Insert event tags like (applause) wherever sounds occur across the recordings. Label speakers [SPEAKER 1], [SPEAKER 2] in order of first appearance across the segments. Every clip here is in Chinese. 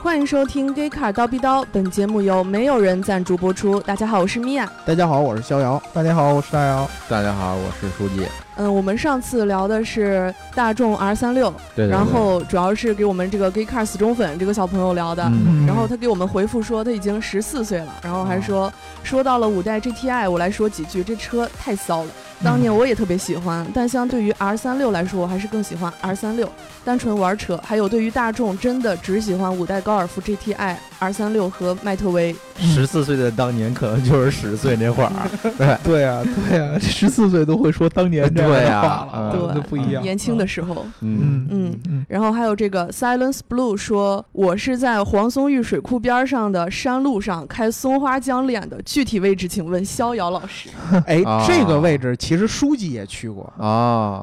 [SPEAKER 1] 欢迎收听《Gay Car 刀逼刀》，本节目由没有人赞助播出。大家好，我是米娅。
[SPEAKER 2] 大家好，我是逍遥。
[SPEAKER 3] 大家好，我是大姚。
[SPEAKER 4] 大家好，我是书记。
[SPEAKER 1] 嗯，我们上次聊的是大众 R 三六，
[SPEAKER 4] 对对对
[SPEAKER 1] 然后主要是给我们这个 Gay Car 死忠粉这个小朋友聊的。
[SPEAKER 4] 嗯
[SPEAKER 1] 然后他给我们回复说他已经十四岁了，然后还说、
[SPEAKER 4] 嗯
[SPEAKER 1] 说到了五代 GTI，我来说几句，这车太骚了。
[SPEAKER 4] 嗯
[SPEAKER 1] 当年我也特别喜欢，但相对于 R 三六来说，我还是更喜欢 R 三六，单纯玩车。还有对于大众，真的只喜欢五代高尔夫 GTI、R 三六和迈特威。
[SPEAKER 4] 十四岁的当年，可能就是十岁那会儿，啊对
[SPEAKER 2] 对呀、对呀、十四岁都会说当年这样
[SPEAKER 4] 对
[SPEAKER 2] 的
[SPEAKER 4] 呀
[SPEAKER 2] 话了，
[SPEAKER 4] 嗯
[SPEAKER 2] 那不一样。
[SPEAKER 1] 年轻的时候，
[SPEAKER 4] 嗯，
[SPEAKER 2] 嗯，
[SPEAKER 1] 嗯
[SPEAKER 2] 嗯嗯
[SPEAKER 1] 然后还有这个 Silence Blue 说，我是在黄松峪水库边上的山路上开松花江恋的，具体位置请问逍遥老师。
[SPEAKER 2] 嗯，哎
[SPEAKER 4] 啊，
[SPEAKER 2] 这个位置其实书记也去过
[SPEAKER 1] 嗯
[SPEAKER 4] 啊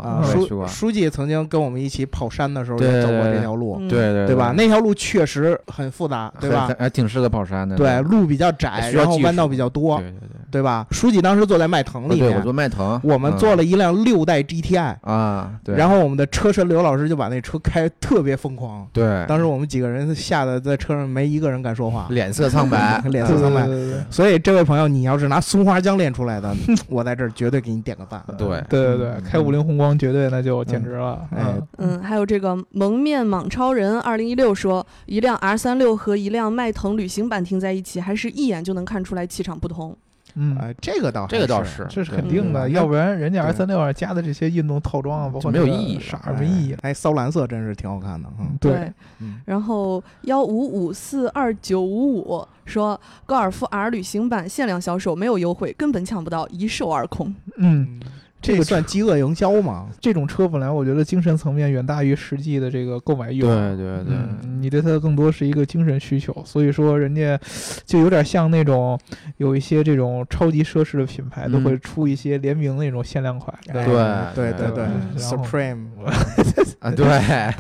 [SPEAKER 2] 啊，，
[SPEAKER 4] 我也去
[SPEAKER 2] 书
[SPEAKER 4] 过，
[SPEAKER 2] 书记曾经跟我们一起跑山的时候
[SPEAKER 4] 对
[SPEAKER 2] 也走过
[SPEAKER 4] 对
[SPEAKER 2] 这条路，
[SPEAKER 1] 嗯
[SPEAKER 4] 哦对对
[SPEAKER 2] 对吧？那条路确实很复杂，对吧
[SPEAKER 4] 还？还挺适合跑山的，
[SPEAKER 2] 对，路比较窄，
[SPEAKER 4] 还需要
[SPEAKER 2] 然后
[SPEAKER 4] 技术
[SPEAKER 2] 弯道比较多，
[SPEAKER 4] 对对对
[SPEAKER 2] 对吧？书记当时坐在迈腾
[SPEAKER 4] 哦，
[SPEAKER 2] 里
[SPEAKER 4] 对我
[SPEAKER 2] 面
[SPEAKER 4] 做，迈腾，
[SPEAKER 2] 我们
[SPEAKER 4] 嗯
[SPEAKER 2] 坐了一辆六代 GTI，
[SPEAKER 4] 啊，对，
[SPEAKER 2] 然
[SPEAKER 4] 后
[SPEAKER 2] 后我们的车神刘老师就把那车开特别疯狂，
[SPEAKER 4] 对，
[SPEAKER 2] 当时我们几个人吓得在车上没一个人敢说话，，
[SPEAKER 4] 脸色苍白
[SPEAKER 2] (laughs) 脸
[SPEAKER 3] 对
[SPEAKER 2] 色
[SPEAKER 3] 对
[SPEAKER 2] 苍白。
[SPEAKER 3] 对
[SPEAKER 2] 所以这位朋友，你要是拿松花江练出来的，我在这儿绝对给你点个赞。
[SPEAKER 4] 对嗯
[SPEAKER 3] 对对
[SPEAKER 5] 嗯
[SPEAKER 3] 对，开五菱宏光绝对那就简
[SPEAKER 2] 嗯
[SPEAKER 3] 直了。
[SPEAKER 2] 哎
[SPEAKER 3] 嗯
[SPEAKER 1] 嗯，还有这个蒙面莽超人二零一六说，一辆 R 三六和一辆迈腾旅行版停在一起，还是一眼就能看出来气场不同。
[SPEAKER 3] 嗯，
[SPEAKER 2] 哎，这个倒
[SPEAKER 4] 这个倒
[SPEAKER 2] 是，
[SPEAKER 4] 是，
[SPEAKER 3] 这是
[SPEAKER 4] 对
[SPEAKER 3] 肯定的，要不然人家
[SPEAKER 2] 对
[SPEAKER 3] R 三六上加的这些运动套装啊，包括
[SPEAKER 4] 就没有
[SPEAKER 3] 那个
[SPEAKER 4] 意义
[SPEAKER 3] 啥没意义了。
[SPEAKER 2] 哎，骚蓝色真是挺好看的，嗯，
[SPEAKER 3] 对，
[SPEAKER 4] 嗯
[SPEAKER 1] 然后幺五五四二九五五说，高尔夫 R 旅行版限量销售，没有优惠，根本抢不到，一售而空。
[SPEAKER 3] 嗯，
[SPEAKER 2] 这
[SPEAKER 3] 个
[SPEAKER 2] 个算饥饿营销吗？
[SPEAKER 3] 这种车本来我觉得精神层面远大于实际的这个购买欲
[SPEAKER 4] 对
[SPEAKER 3] 望。
[SPEAKER 4] 对对，
[SPEAKER 3] 嗯，你对它更多是一个精神需求，所以说人家就有点像那种有一些这种超级奢侈的品牌都
[SPEAKER 4] 嗯
[SPEAKER 3] 会出一些联名那种限量款，
[SPEAKER 2] 哎
[SPEAKER 3] 吧
[SPEAKER 2] 对
[SPEAKER 4] 对
[SPEAKER 2] 对
[SPEAKER 3] 对然后
[SPEAKER 2] ，Supreme
[SPEAKER 4] 啊对
[SPEAKER 3] 对对对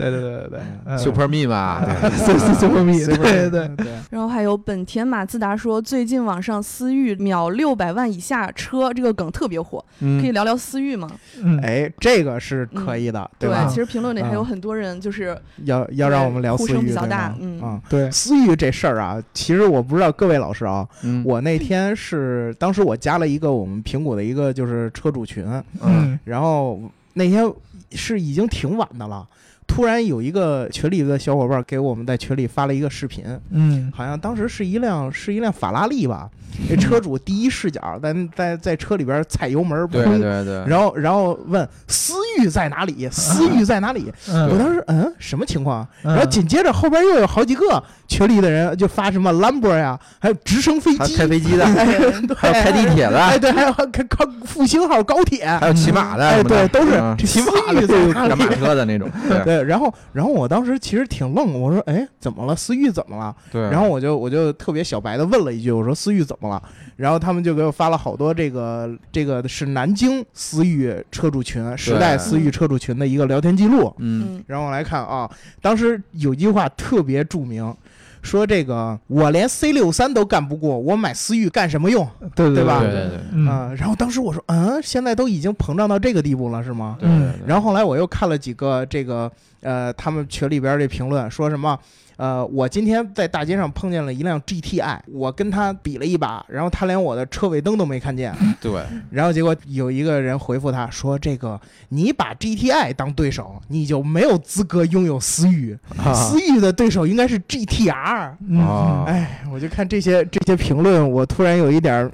[SPEAKER 3] 对对嗯
[SPEAKER 4] ，Super Me 嘛，对
[SPEAKER 3] Super Super Me，对对
[SPEAKER 2] Supreme，
[SPEAKER 3] 对。
[SPEAKER 2] 对，
[SPEAKER 1] 然后还有本田马自达说，最近网上思域秒六百万以下车这个梗特别火，
[SPEAKER 4] 嗯
[SPEAKER 1] 可以聊聊思域吗？
[SPEAKER 3] 嗯，
[SPEAKER 2] 哎，这个是可以的，
[SPEAKER 1] 对
[SPEAKER 2] 吧
[SPEAKER 1] 其？实评论里还有
[SPEAKER 2] 啊
[SPEAKER 1] 很多人就是
[SPEAKER 2] 要要让我们聊
[SPEAKER 1] 呼
[SPEAKER 2] 思
[SPEAKER 1] 声
[SPEAKER 2] 域
[SPEAKER 1] 比较
[SPEAKER 2] 对
[SPEAKER 1] 大
[SPEAKER 2] 吗
[SPEAKER 1] 嗯
[SPEAKER 2] 啊。
[SPEAKER 3] 对，
[SPEAKER 2] 思域这事儿啊，其实我不知道各位老师啊，
[SPEAKER 4] 嗯
[SPEAKER 2] 我那天是当时我加了一个我们苹果的一个就是车主群，
[SPEAKER 4] 嗯
[SPEAKER 2] 然后那天是已经挺晚的了，突然有一个群里的小伙伴给我们在群里发了一个视频，
[SPEAKER 3] 嗯
[SPEAKER 2] 好像当时是一辆是一辆法拉利吧，那车主第一视
[SPEAKER 4] (laughs)
[SPEAKER 2] 角在在在车里边踩油门
[SPEAKER 4] 对
[SPEAKER 2] 砰，
[SPEAKER 4] 对对，
[SPEAKER 2] 然后然后问思域在哪里？思域在
[SPEAKER 4] (laughs)
[SPEAKER 2] 哪里？
[SPEAKER 3] 嗯，
[SPEAKER 2] 我当时嗯什么情况？
[SPEAKER 3] 嗯
[SPEAKER 2] 然后紧接着后边又有好几个群里的人就发什么兰博呀，还有直升飞
[SPEAKER 4] 还
[SPEAKER 2] 机，
[SPEAKER 4] 开飞机的，
[SPEAKER 2] 哎
[SPEAKER 4] (laughs) 还有开地铁的，
[SPEAKER 2] 哎对，还有还开开复兴号高铁，
[SPEAKER 4] 还有骑马的
[SPEAKER 2] 哎，
[SPEAKER 4] 什么的，
[SPEAKER 2] 对，都是
[SPEAKER 4] 嗯
[SPEAKER 2] 这
[SPEAKER 3] 骑
[SPEAKER 2] 思
[SPEAKER 3] 马的
[SPEAKER 2] 域
[SPEAKER 3] 都有
[SPEAKER 2] 在
[SPEAKER 4] 赶
[SPEAKER 2] 哪
[SPEAKER 4] 马
[SPEAKER 2] 里？
[SPEAKER 4] 车的那种，对
[SPEAKER 2] (laughs) 对，然后，然后我当时其实挺愣，我说，哎，怎么了？思域怎么了？
[SPEAKER 4] 对，
[SPEAKER 2] 然后我就我就特别小白的问了一句，我说思域怎么了？然后他们就给我发了好多这个这个是南京思域车主群时代思域车主群的一个聊天记录。
[SPEAKER 4] 嗯
[SPEAKER 1] 嗯
[SPEAKER 2] 然后我来看啊，当时有一句话特别著名，说这个我连 C 六三都干不过，我买思域干什么用啊、
[SPEAKER 3] 对
[SPEAKER 2] 对吧
[SPEAKER 4] 对对啊对。
[SPEAKER 3] (laughs) 嗯
[SPEAKER 2] 啊然后当时我说，嗯，现在都已经膨胀到这个地步了，是吗？
[SPEAKER 4] 对对对
[SPEAKER 2] 然后后来我又看了几个这个呃，他们群里边儿这评论说什么。呃，我今天在大街上碰见了一辆 GTI，我跟他比了一把，然后他连我的车尾灯都没看见，
[SPEAKER 4] 对，
[SPEAKER 2] 然后结果有一个人回复他说：“这个你把 GTI 当对手，你就没有资格拥有思域，
[SPEAKER 3] 啊
[SPEAKER 2] 思域的对手应该是 GTR。
[SPEAKER 3] 嗯，
[SPEAKER 4] 哎，”
[SPEAKER 2] 哎，我就看这些这些评论，我突然有一点儿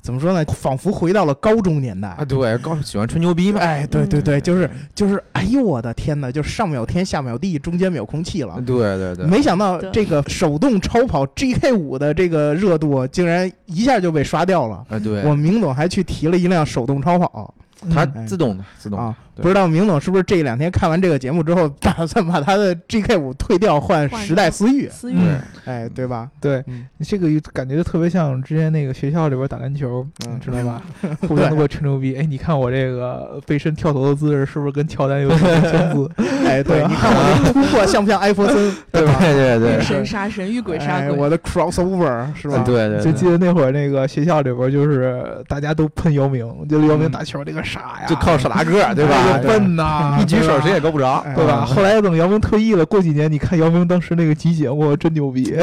[SPEAKER 2] 怎么说呢，仿佛回到了高中年代
[SPEAKER 4] 啊，。对，高喜欢吹牛逼嘛，
[SPEAKER 2] 哎，对对对，
[SPEAKER 4] 嗯
[SPEAKER 2] 就是就是，哎呦我的天呐，就是上秒天下秒地，中间秒空气了。
[SPEAKER 4] 对对对，
[SPEAKER 2] 没想到
[SPEAKER 1] 对
[SPEAKER 2] 这个手动超跑 GK 五的这个热度，竟然一下就被刷掉了。
[SPEAKER 4] 啊，对，
[SPEAKER 2] 我们明总还去提了一辆手动超跑
[SPEAKER 4] 它
[SPEAKER 3] 嗯
[SPEAKER 2] 哎
[SPEAKER 4] 自动的，自动的，
[SPEAKER 2] 啊，
[SPEAKER 4] 对
[SPEAKER 2] 不知道明总是不是这两天看完这个节目之后，打算把他的 GK 五退掉，换
[SPEAKER 1] 换
[SPEAKER 2] 时代思域？
[SPEAKER 1] 思域，
[SPEAKER 3] 嗯
[SPEAKER 4] 对，
[SPEAKER 2] 哎，对吧？
[SPEAKER 3] 对
[SPEAKER 2] 嗯，
[SPEAKER 3] 这个感觉就特别像之前那个学校里边打篮球，
[SPEAKER 2] 嗯
[SPEAKER 4] (laughs)
[SPEAKER 3] 知道吧？互相都会吹牛逼。哎，你看我这个背身跳投的姿势是不是跟乔丹有点
[SPEAKER 4] (laughs)
[SPEAKER 3] 相似？
[SPEAKER 2] (laughs) 哎，对，你看我这突破像不像艾弗森？对吧？
[SPEAKER 4] 对对
[SPEAKER 1] 遇
[SPEAKER 4] 对，
[SPEAKER 1] 神杀神，遇鬼杀
[SPEAKER 2] 哎
[SPEAKER 1] 鬼。
[SPEAKER 2] 我的 crossover 是吧？
[SPEAKER 5] 嗯
[SPEAKER 4] 对对，
[SPEAKER 3] 就
[SPEAKER 4] 对
[SPEAKER 3] 记得那会儿那个学校里边就是大家都喷姚明，就是姚明打球那个傻呀，
[SPEAKER 4] 嗯就靠史达克，对吧？
[SPEAKER 3] 哎呦笨呐，
[SPEAKER 4] (laughs) 一举手谁也嗯够不着，
[SPEAKER 2] 哎
[SPEAKER 3] 对啊吧？后来等姚明退役了，过几年你看姚明当时那个集锦，哇，真牛逼！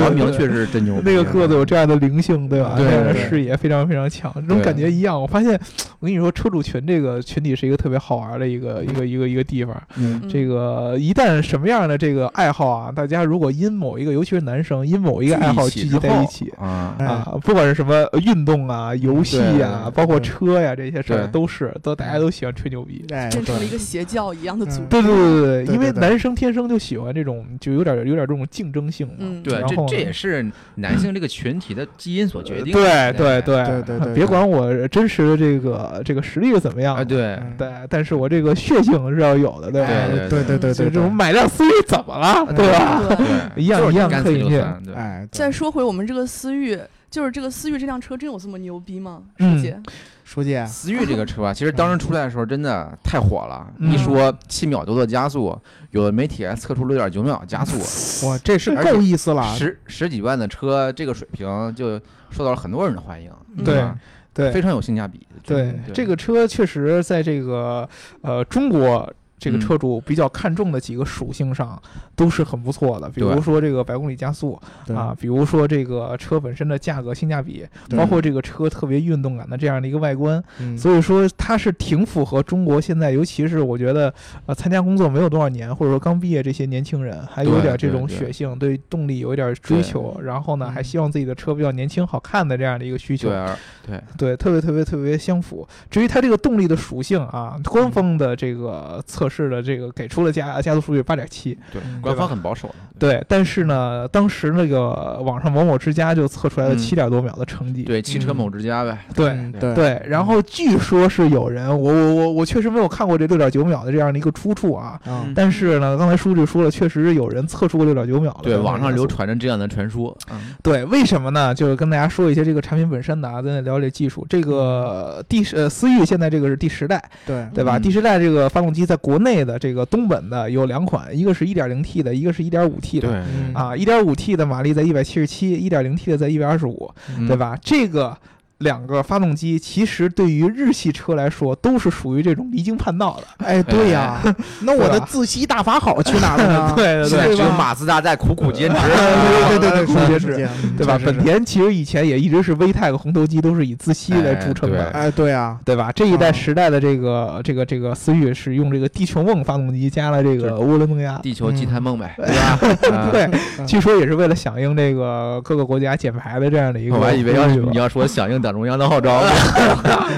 [SPEAKER 4] 姚明确实是真牛逼，
[SPEAKER 3] (laughs) 那个个子有这样的灵性，对吧？
[SPEAKER 4] 对
[SPEAKER 3] 这样的
[SPEAKER 4] 对
[SPEAKER 3] 视野非常非常强，这种
[SPEAKER 4] 对
[SPEAKER 3] 感觉一样。我发现，我跟你说，车主群这个群体是一个特别好玩的一个一个一个一个地方。
[SPEAKER 4] 嗯，
[SPEAKER 1] 嗯
[SPEAKER 3] 这个一旦什么样的这个爱好啊，大家如果因某一个，尤其是男生，因某一个爱好聚集在一起。
[SPEAKER 4] 啊，
[SPEAKER 2] 哎
[SPEAKER 3] 啊，不管是什么呃运动啊、游戏啊
[SPEAKER 4] 对，
[SPEAKER 3] 包括车呀、这些事儿，
[SPEAKER 4] 对
[SPEAKER 3] 都是都大家都喜欢吹牛逼。
[SPEAKER 2] 哎，
[SPEAKER 1] 变成了
[SPEAKER 2] 对
[SPEAKER 1] 一个邪教一样的组织。
[SPEAKER 3] 嗯对对对
[SPEAKER 2] 对对
[SPEAKER 3] 因为
[SPEAKER 2] 对
[SPEAKER 3] 男生天生就喜欢这种，就有点有点这种竞争性嘛。
[SPEAKER 1] 嗯
[SPEAKER 5] 对，
[SPEAKER 3] 然
[SPEAKER 5] 这
[SPEAKER 3] 后
[SPEAKER 5] 这
[SPEAKER 3] 呢
[SPEAKER 5] 也是男性这个群体的基因所决定
[SPEAKER 3] 对
[SPEAKER 5] 的。
[SPEAKER 3] 对
[SPEAKER 2] 对对对
[SPEAKER 3] 别管我真实的这个这个实力是怎么样的，
[SPEAKER 5] 啊，对，
[SPEAKER 2] 嗯
[SPEAKER 3] 对，但是我这个血性是要有的，对吧？
[SPEAKER 5] 对啊
[SPEAKER 2] 对对对
[SPEAKER 3] 就
[SPEAKER 2] 对，
[SPEAKER 3] 是这种
[SPEAKER 2] 对
[SPEAKER 3] 买辆思域怎么了，对吧？
[SPEAKER 1] 对
[SPEAKER 5] 对，
[SPEAKER 3] 一样
[SPEAKER 5] 就是
[SPEAKER 3] 一样
[SPEAKER 5] 干
[SPEAKER 3] 可
[SPEAKER 5] 死
[SPEAKER 3] 以
[SPEAKER 5] 就
[SPEAKER 3] 念
[SPEAKER 5] 算对，
[SPEAKER 2] 哎，对
[SPEAKER 1] 再说回我们这个思域，就是这个思域这辆车真有这么牛逼吗？
[SPEAKER 3] 嗯
[SPEAKER 1] 师姐，
[SPEAKER 2] 书记啊，
[SPEAKER 5] 思域这个车啊，其实当时出来的时候真的太火了，
[SPEAKER 3] 嗯
[SPEAKER 5] 一说七秒多的加速，有的媒体还测出六点九秒加速，
[SPEAKER 2] 哇，这是
[SPEAKER 5] 而且
[SPEAKER 2] 够意思了，
[SPEAKER 5] 十十几万的车，这个水平就受到了很多人的欢迎，
[SPEAKER 1] 嗯
[SPEAKER 3] 对
[SPEAKER 5] 吧
[SPEAKER 3] 对
[SPEAKER 5] 非常有性价比。
[SPEAKER 3] 对，这个车确实在这个呃中国。这个
[SPEAKER 5] 嗯
[SPEAKER 3] 车主比较看重的几个属性上都是很不错的，比如
[SPEAKER 5] 对
[SPEAKER 3] 说这个百公里加速
[SPEAKER 2] 对
[SPEAKER 3] 啊，比如说这个车本身的价格性价比，
[SPEAKER 2] 对
[SPEAKER 3] 包括这个车特别运动感的这样的一个外观，
[SPEAKER 2] 嗯
[SPEAKER 3] 所以说它是挺符合中国现在，尤其是我觉得呃参加工作没有多少年，或者说刚毕业这些年轻人，还有
[SPEAKER 5] 对
[SPEAKER 3] 点这
[SPEAKER 5] 对
[SPEAKER 3] 种
[SPEAKER 5] 对
[SPEAKER 3] 血性，对动力有一点追求，然后呢
[SPEAKER 2] 嗯
[SPEAKER 3] 还希望自己的车比较年轻好看的这样的一个需求
[SPEAKER 5] 对，啊而对，
[SPEAKER 3] 对，特别特别特别相符。至于它这个动力的属性啊，
[SPEAKER 5] 嗯
[SPEAKER 3] 官方的这个测试的这个给出了加加速数据八点七，
[SPEAKER 5] 对
[SPEAKER 2] 嗯，
[SPEAKER 5] 官方很保守的。
[SPEAKER 3] 对，但是呢，当时那个网上某某之家就测出来了
[SPEAKER 5] 嗯
[SPEAKER 3] 七点多秒的成绩，
[SPEAKER 5] 对，汽车某之家呗，
[SPEAKER 3] 对。
[SPEAKER 2] 嗯对
[SPEAKER 3] 对，然后据说是有人，我我我我确实没有看过这六点九秒的这样的一个出处啊，
[SPEAKER 2] 啊
[SPEAKER 5] 嗯
[SPEAKER 3] 但是呢，刚才书记说了，确实是有人测出过六点九秒了。
[SPEAKER 5] 对，网上流
[SPEAKER 3] 传。
[SPEAKER 5] 传着这样的传说。嗯
[SPEAKER 3] 对，为什么呢？就是跟大家说一些这个产品本身的啊，咱得了解技术。这个第十呃思域现在这个是第十代，
[SPEAKER 2] 对
[SPEAKER 3] 对吧？
[SPEAKER 5] 嗯
[SPEAKER 3] 第十代这个发动机在国内的这个东本的有两款，一个是 1.0T 的，一个是 1.5T 的。
[SPEAKER 2] 嗯
[SPEAKER 3] 啊，1.5T 的马力在177，1.0T 的在125，
[SPEAKER 5] 嗯
[SPEAKER 3] 对吧？这个两个发动机其实对于日系车来说都是属于这种离经叛道的。
[SPEAKER 2] 哎，对呀， (laughs) 那我的自吸大法好去哪了呢？哎
[SPEAKER 3] 对对
[SPEAKER 5] 现在
[SPEAKER 3] 对
[SPEAKER 5] 只有
[SPEAKER 3] 吧嗯
[SPEAKER 5] 马自达在苦苦坚持。
[SPEAKER 3] 对对对对，空
[SPEAKER 2] 空
[SPEAKER 3] 间
[SPEAKER 2] 间
[SPEAKER 3] 是
[SPEAKER 2] 之。间，嗯
[SPEAKER 3] 对吧？
[SPEAKER 2] 确实
[SPEAKER 3] 本
[SPEAKER 2] 是
[SPEAKER 3] 田其实以前也一直是 VTEC 红头机都是以自吸来著称的，
[SPEAKER 5] 哎嗯
[SPEAKER 2] 哎，对啊，
[SPEAKER 3] 对吧？这一代
[SPEAKER 2] 啊
[SPEAKER 3] 时代的这个这个这个思域是用这个地球梦发动机加了这
[SPEAKER 5] 就是
[SPEAKER 3] 个涡轮增压，
[SPEAKER 5] 地球祭坛梦呗，对吧？啊
[SPEAKER 3] 嗯对，
[SPEAKER 2] 嗯
[SPEAKER 3] 据说也是为了响应这个各个国家减排的这样的一
[SPEAKER 5] (laughs)
[SPEAKER 3] 个
[SPEAKER 5] 我
[SPEAKER 3] 要求。
[SPEAKER 5] 还以为要是你啊要说响应党中央的号召呢，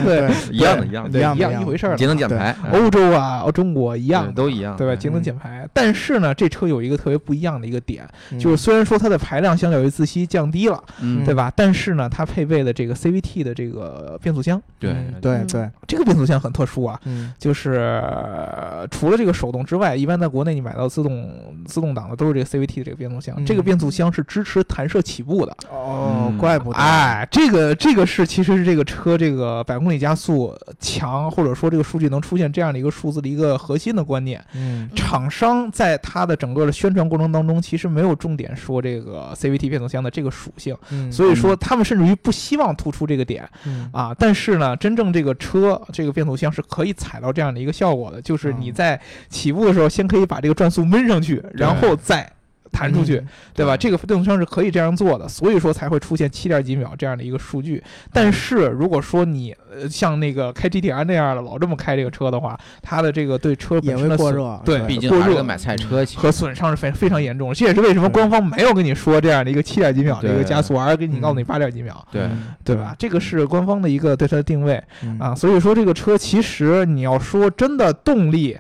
[SPEAKER 3] 对
[SPEAKER 5] 一样的，一样的，
[SPEAKER 3] 对
[SPEAKER 2] 一样的
[SPEAKER 3] 一样
[SPEAKER 2] 一样
[SPEAKER 3] 一
[SPEAKER 2] 的
[SPEAKER 3] 回事儿了。
[SPEAKER 5] 节能减排，嗯
[SPEAKER 3] (laughs) 欧洲啊，中国一样
[SPEAKER 5] 对
[SPEAKER 3] 的。
[SPEAKER 5] 都一嗯样，
[SPEAKER 3] 对吧？节能减排，但是呢，这车有一个特别不一样的一个点，
[SPEAKER 2] 嗯
[SPEAKER 3] 就是虽然说它的排量相较于自吸降低了，
[SPEAKER 5] 嗯，
[SPEAKER 3] 对吧？但是呢，它配备了这个 CVT 的这个变速箱，
[SPEAKER 5] 对
[SPEAKER 2] 嗯对
[SPEAKER 1] 嗯
[SPEAKER 2] 对，
[SPEAKER 3] 这个变速箱很特殊啊，
[SPEAKER 2] 嗯
[SPEAKER 3] 就是、呃除了这个手动之外，一般在国内你买到自动自动挡的都是这个 CVT 的这个变速箱，
[SPEAKER 2] 嗯
[SPEAKER 3] 这个变速箱是支持弹射起步的。
[SPEAKER 2] 哦
[SPEAKER 5] 嗯，
[SPEAKER 2] 怪不得，
[SPEAKER 3] 哎，这个这个是其实是这个车这个百公里加速强，或者说这个数据能出现这样的一个数字的一个核心的观念。
[SPEAKER 2] 嗯
[SPEAKER 3] 厂商在它的整个的宣传过程当中，其实没有重点说这个 CVT 变速箱的这个属性，
[SPEAKER 2] 嗯，
[SPEAKER 3] 所以说他们甚至于不希望突出这个点。
[SPEAKER 2] 嗯
[SPEAKER 3] 啊，但是呢，真正这个车这个变速箱是可以踩到这样的一个效果的，就是你
[SPEAKER 2] 嗯
[SPEAKER 3] 在起步的时候，先可以把这个转速闷上去，然后再弹出去，
[SPEAKER 2] 嗯
[SPEAKER 3] 对吧？
[SPEAKER 5] 对
[SPEAKER 3] 这个变速箱是可以这样做的，所以说才会出现七点几秒这样的一个数据。
[SPEAKER 2] 嗯
[SPEAKER 3] 但是如果说你呃像那个开 GTR 那样的老这么开这个车的话，它的这个对车
[SPEAKER 2] 也
[SPEAKER 3] 本身
[SPEAKER 2] 会
[SPEAKER 3] 的
[SPEAKER 2] 过
[SPEAKER 3] 损
[SPEAKER 2] 热，
[SPEAKER 3] 对
[SPEAKER 5] 毕竟
[SPEAKER 3] 过
[SPEAKER 5] 还是
[SPEAKER 3] 热嗯
[SPEAKER 5] 个买菜车，其实
[SPEAKER 3] 和损伤是非非常严重的。这也是为什么官方没有跟你说这样的一个七点几秒的一个
[SPEAKER 5] 对
[SPEAKER 3] 加速，而给你
[SPEAKER 2] 嗯
[SPEAKER 3] 告诉你八点几秒，
[SPEAKER 5] 对，
[SPEAKER 3] 对吧？
[SPEAKER 5] 嗯
[SPEAKER 3] 这个是官方的一个对它的定位。
[SPEAKER 2] 嗯
[SPEAKER 3] 啊，所以说这个车其实你要说真的动力，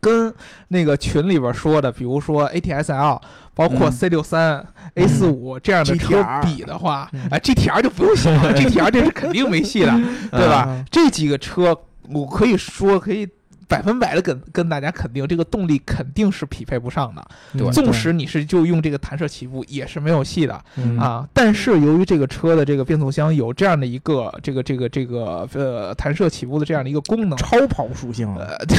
[SPEAKER 3] 跟那个群里边说的，比如说 ATS-L，包括
[SPEAKER 5] 嗯
[SPEAKER 3] C 六三、A 四五这样的车
[SPEAKER 2] GTR
[SPEAKER 3] 比的话，
[SPEAKER 2] 嗯
[SPEAKER 3] 啊 GTR 就不用想
[SPEAKER 5] (laughs) 嗯
[SPEAKER 2] 嗯
[SPEAKER 3] 了，GTR 这是肯定没戏的，对吧？这几个车我可以说可以。百分百的跟跟大家肯定，这个动力肯定是匹配不上的。
[SPEAKER 5] 对
[SPEAKER 3] 纵使你是就用这个弹射起步，也是没有戏的
[SPEAKER 4] 嗯
[SPEAKER 3] 啊。但是由于这个车的这个变速箱有这样的一个这个这个这个呃弹射起步的这样的一个功能，
[SPEAKER 2] 超跑属性啊，
[SPEAKER 3] 呃， (laughs) 对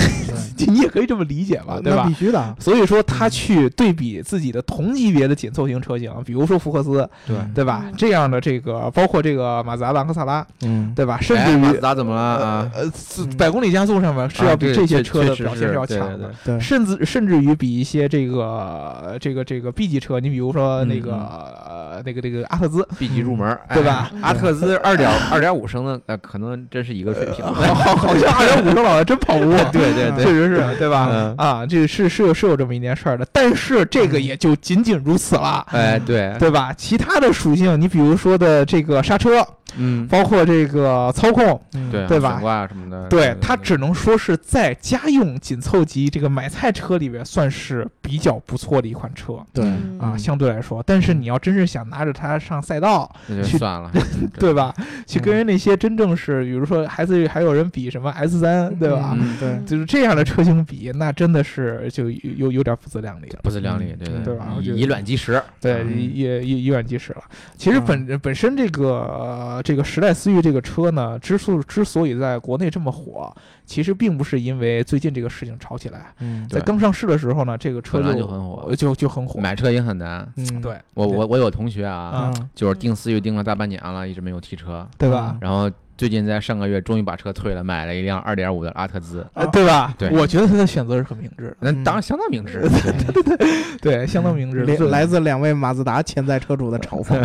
[SPEAKER 3] 你也可以这么理解
[SPEAKER 5] 呃
[SPEAKER 3] 吧，对
[SPEAKER 2] 那
[SPEAKER 3] 吧
[SPEAKER 2] 必？须的，
[SPEAKER 3] 所以说，
[SPEAKER 5] 嗯
[SPEAKER 3] 他去对比自己的同级别的紧凑型车型，比如说福克斯，
[SPEAKER 4] 对
[SPEAKER 3] 对吧
[SPEAKER 1] 嗯？
[SPEAKER 3] 这样的这个，包括这个马自达朗克萨拉，
[SPEAKER 2] 嗯，
[SPEAKER 3] 对吧？甚
[SPEAKER 5] 哎
[SPEAKER 3] 至
[SPEAKER 5] 马
[SPEAKER 3] 于
[SPEAKER 5] 自达怎么了啊？
[SPEAKER 3] 呃，是
[SPEAKER 2] 嗯
[SPEAKER 3] 百公里加速上面是要比
[SPEAKER 5] 啊
[SPEAKER 3] 这些
[SPEAKER 5] 确
[SPEAKER 3] 车的
[SPEAKER 5] 确实
[SPEAKER 3] 表现
[SPEAKER 5] 是
[SPEAKER 3] 要
[SPEAKER 5] 对
[SPEAKER 3] 强
[SPEAKER 5] 对
[SPEAKER 3] 的
[SPEAKER 5] 对。
[SPEAKER 2] 对，
[SPEAKER 3] 甚至甚至于比一些这个这个这个 B 级车，你比如说那个、
[SPEAKER 4] 嗯
[SPEAKER 3] 呃那个那个阿特兹，
[SPEAKER 5] B 级入门儿，
[SPEAKER 3] 嗯对
[SPEAKER 5] 哎
[SPEAKER 3] 吧？
[SPEAKER 5] 阿特兹二点二点五升的，呃，可能真是一个水平。 (laughs)
[SPEAKER 3] 好好好像二点五升老还真跑不 (laughs) 过，
[SPEAKER 5] 对对对，
[SPEAKER 3] 确实是呃对吧？
[SPEAKER 5] 嗯
[SPEAKER 3] 啊，这个是是有是有这么一件事儿的，但是这个也就仅仅如此了。
[SPEAKER 5] 哎对，
[SPEAKER 3] 嗯对吧？其他的属性，你比如说的这个刹车，
[SPEAKER 5] 嗯，
[SPEAKER 3] 包括这个操控，
[SPEAKER 2] 嗯
[SPEAKER 5] 对啊
[SPEAKER 3] 对吧
[SPEAKER 5] 悬挂啊什么的，
[SPEAKER 3] 对它只能说是在家用紧凑级这个买菜车里边算是比较不错的一款车
[SPEAKER 2] 对，
[SPEAKER 1] 嗯
[SPEAKER 3] 啊，相对来说。但是你要真是想拿着它上赛道，
[SPEAKER 5] 那
[SPEAKER 3] 去
[SPEAKER 5] 就算了，嗯
[SPEAKER 3] 对嗯吧？去跟人那些真正是，比如说还是还有人比什么 S 三，对吧？
[SPEAKER 5] 嗯
[SPEAKER 2] 对，
[SPEAKER 3] 就是这样的车型比，那真的是就有有有点不自量力了。
[SPEAKER 5] 不自量力，对
[SPEAKER 3] 嗯对吧我
[SPEAKER 5] 以
[SPEAKER 3] 觉得
[SPEAKER 5] 以卵击石，
[SPEAKER 3] 对，
[SPEAKER 5] 嗯
[SPEAKER 3] 也也也远即止了。其实本、本身这个、呃这个时代思域这个车呢，之所之所以在国内这么火，其实并不是因为最近这个事情炒起来，
[SPEAKER 2] 嗯，
[SPEAKER 5] 对
[SPEAKER 3] 在刚上市的时候呢，这个车
[SPEAKER 5] 本来
[SPEAKER 3] 就
[SPEAKER 5] 就很火
[SPEAKER 3] 呃就就很火。
[SPEAKER 5] 买车也很难。
[SPEAKER 2] 嗯，
[SPEAKER 3] 对
[SPEAKER 5] 我我我有同学啊，
[SPEAKER 3] 啊
[SPEAKER 2] 嗯，
[SPEAKER 5] 就是订思域订了大半年了，一直没有提车，
[SPEAKER 3] 对吧？
[SPEAKER 5] 然后最近在上个月终于把车退了，买了一辆二点五的阿特兹，
[SPEAKER 3] 呃对吧？
[SPEAKER 5] 啊对
[SPEAKER 3] 我觉得他的选择是很明智
[SPEAKER 5] 那
[SPEAKER 2] 嗯
[SPEAKER 5] 当然相当明智，
[SPEAKER 3] 的，对，相当明智的，
[SPEAKER 2] 来
[SPEAKER 3] 对
[SPEAKER 2] 嗯来自两位马自达潜在车主的嘲讽，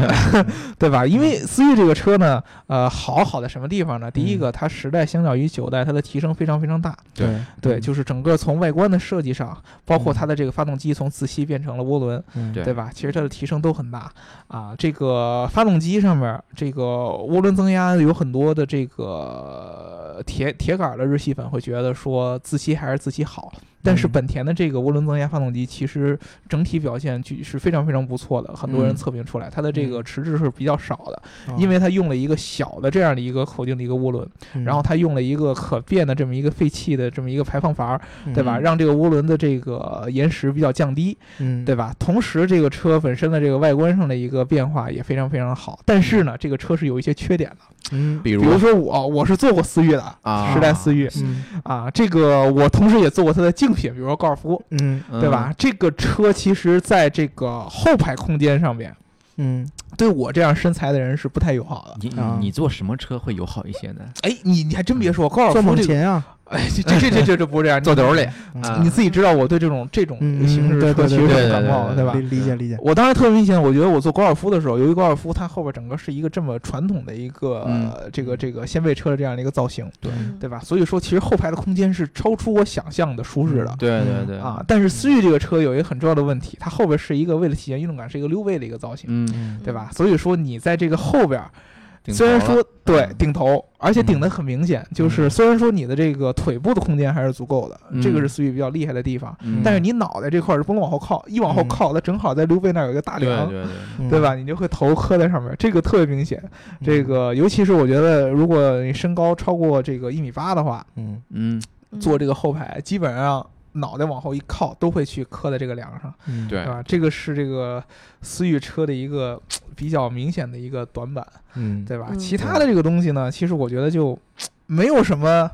[SPEAKER 3] 对吧？因
[SPEAKER 5] 嗯
[SPEAKER 3] 为思域这个车呢，呃，好好在什么地方呢？第一个，它时代相较于九代，它的提升非常非常大。
[SPEAKER 5] 对
[SPEAKER 2] 啊嗯
[SPEAKER 3] 对，就是整个从外观的设计上，包括它的这个发动机从自吸变成了涡轮，
[SPEAKER 2] 嗯
[SPEAKER 5] 对
[SPEAKER 3] 对吧？其实它的提升都很大啊。这个发动机上面儿，这个涡轮增压有很多的这个呃铁铁杆儿的日系粉会觉得说自吸还是自吸好，但是
[SPEAKER 2] 嗯
[SPEAKER 3] 本田的这个涡轮增压发动机其实整体表现就是非常非常不错的，很多人
[SPEAKER 5] 嗯
[SPEAKER 3] 测评出来它的这个
[SPEAKER 2] 嗯
[SPEAKER 3] 迟滞是比较少的，
[SPEAKER 2] 嗯
[SPEAKER 3] 因为它用了一个小的这样的一个口径的一个涡轮，
[SPEAKER 2] 嗯
[SPEAKER 3] 然后它用了一个可变的这么一个废气的这么一个排放阀儿，对吧？
[SPEAKER 5] 嗯
[SPEAKER 3] 让这个涡轮的这个延时比较降低。
[SPEAKER 2] 嗯，
[SPEAKER 3] 对吧？同时，这个车本身的这个外观上的一个变化也非常非常好，但是呢，这个车是有一些缺点的，
[SPEAKER 2] 嗯，
[SPEAKER 5] (laughs) 比
[SPEAKER 3] 比
[SPEAKER 5] 如
[SPEAKER 3] 如说我我是坐过思域的。
[SPEAKER 5] 啊
[SPEAKER 3] 时代思域
[SPEAKER 2] 嗯
[SPEAKER 3] 啊，这个我同时也坐过它的竞品，比如说高尔夫，
[SPEAKER 2] 嗯
[SPEAKER 5] 嗯
[SPEAKER 3] 对吧？？这个车其实在这个后排空间上面，
[SPEAKER 2] 嗯，
[SPEAKER 3] 对我这样身材的人是不太友好的。
[SPEAKER 5] 你你
[SPEAKER 2] 啊
[SPEAKER 5] 你坐什么车会友好一些呢？
[SPEAKER 3] 哎，你你还真别说，高尔
[SPEAKER 2] 做
[SPEAKER 3] 夫
[SPEAKER 2] 猛
[SPEAKER 3] 这个，
[SPEAKER 2] 禽啊，
[SPEAKER 3] 哎，这这这这这不是这
[SPEAKER 5] (laughs)
[SPEAKER 3] 样，
[SPEAKER 5] 坐兜里，
[SPEAKER 2] 嗯
[SPEAKER 5] 啊
[SPEAKER 3] 你自己知道我对这种这种
[SPEAKER 2] 嗯
[SPEAKER 3] 形式的
[SPEAKER 2] 对对
[SPEAKER 3] 车其
[SPEAKER 2] 对
[SPEAKER 3] 实
[SPEAKER 5] 对
[SPEAKER 3] 很
[SPEAKER 5] 对
[SPEAKER 3] 感
[SPEAKER 5] 对
[SPEAKER 3] 冒的，
[SPEAKER 5] 对
[SPEAKER 3] 对吧？
[SPEAKER 2] 理理解理解，
[SPEAKER 3] (laughs) 我当时特别明显，我觉得我坐高尔夫的时候，由于高尔夫它后边整个是一个这么传统的一个、
[SPEAKER 5] 嗯
[SPEAKER 3] 呃这个这个掀背车的这样的一个造型，
[SPEAKER 2] 对
[SPEAKER 1] 嗯
[SPEAKER 3] 对吧？所以说，其实后排的空间是超出我想象的舒适的。
[SPEAKER 5] 对对
[SPEAKER 2] 嗯
[SPEAKER 5] 对，
[SPEAKER 3] 啊，但是思域这个车有一个很重要的问题，它后边是一个为了体现运动感，是一个溜背的一个造型，
[SPEAKER 5] 嗯，
[SPEAKER 1] 嗯
[SPEAKER 3] 对吧？？所以说你在这个后边，
[SPEAKER 5] 顶
[SPEAKER 3] 虽然
[SPEAKER 5] 头了
[SPEAKER 3] 说对
[SPEAKER 5] 嗯
[SPEAKER 3] 顶头，而且顶得很明显，就是虽然说你的这个腿部的空间还是足够的，
[SPEAKER 5] 嗯
[SPEAKER 3] 这个是思域比较厉害的地方，
[SPEAKER 5] 嗯
[SPEAKER 3] 但是你脑袋这块儿是不能往后靠，一往后
[SPEAKER 2] 嗯
[SPEAKER 3] 靠，它正好在溜背那儿有一个大
[SPEAKER 5] 对
[SPEAKER 3] 梁，
[SPEAKER 5] 对对，
[SPEAKER 3] 对？吧？你就会头磕在上面，这个特别明显。
[SPEAKER 2] 嗯
[SPEAKER 3] 这，个，尤其是我觉得，如果你身高超过这个一米八的话，
[SPEAKER 2] 嗯
[SPEAKER 5] 嗯，
[SPEAKER 1] 嗯
[SPEAKER 3] 坐这个后排，基本上脑袋往后一靠，都会去磕在这个梁上，
[SPEAKER 2] 嗯，
[SPEAKER 5] 对
[SPEAKER 3] 对，吧？这个是这个思域车的一个嘖比较明显的一个短板，
[SPEAKER 2] 嗯，
[SPEAKER 3] 对吧？
[SPEAKER 1] 嗯
[SPEAKER 3] 其他的这个东西呢，其实我觉得就嘖没有什么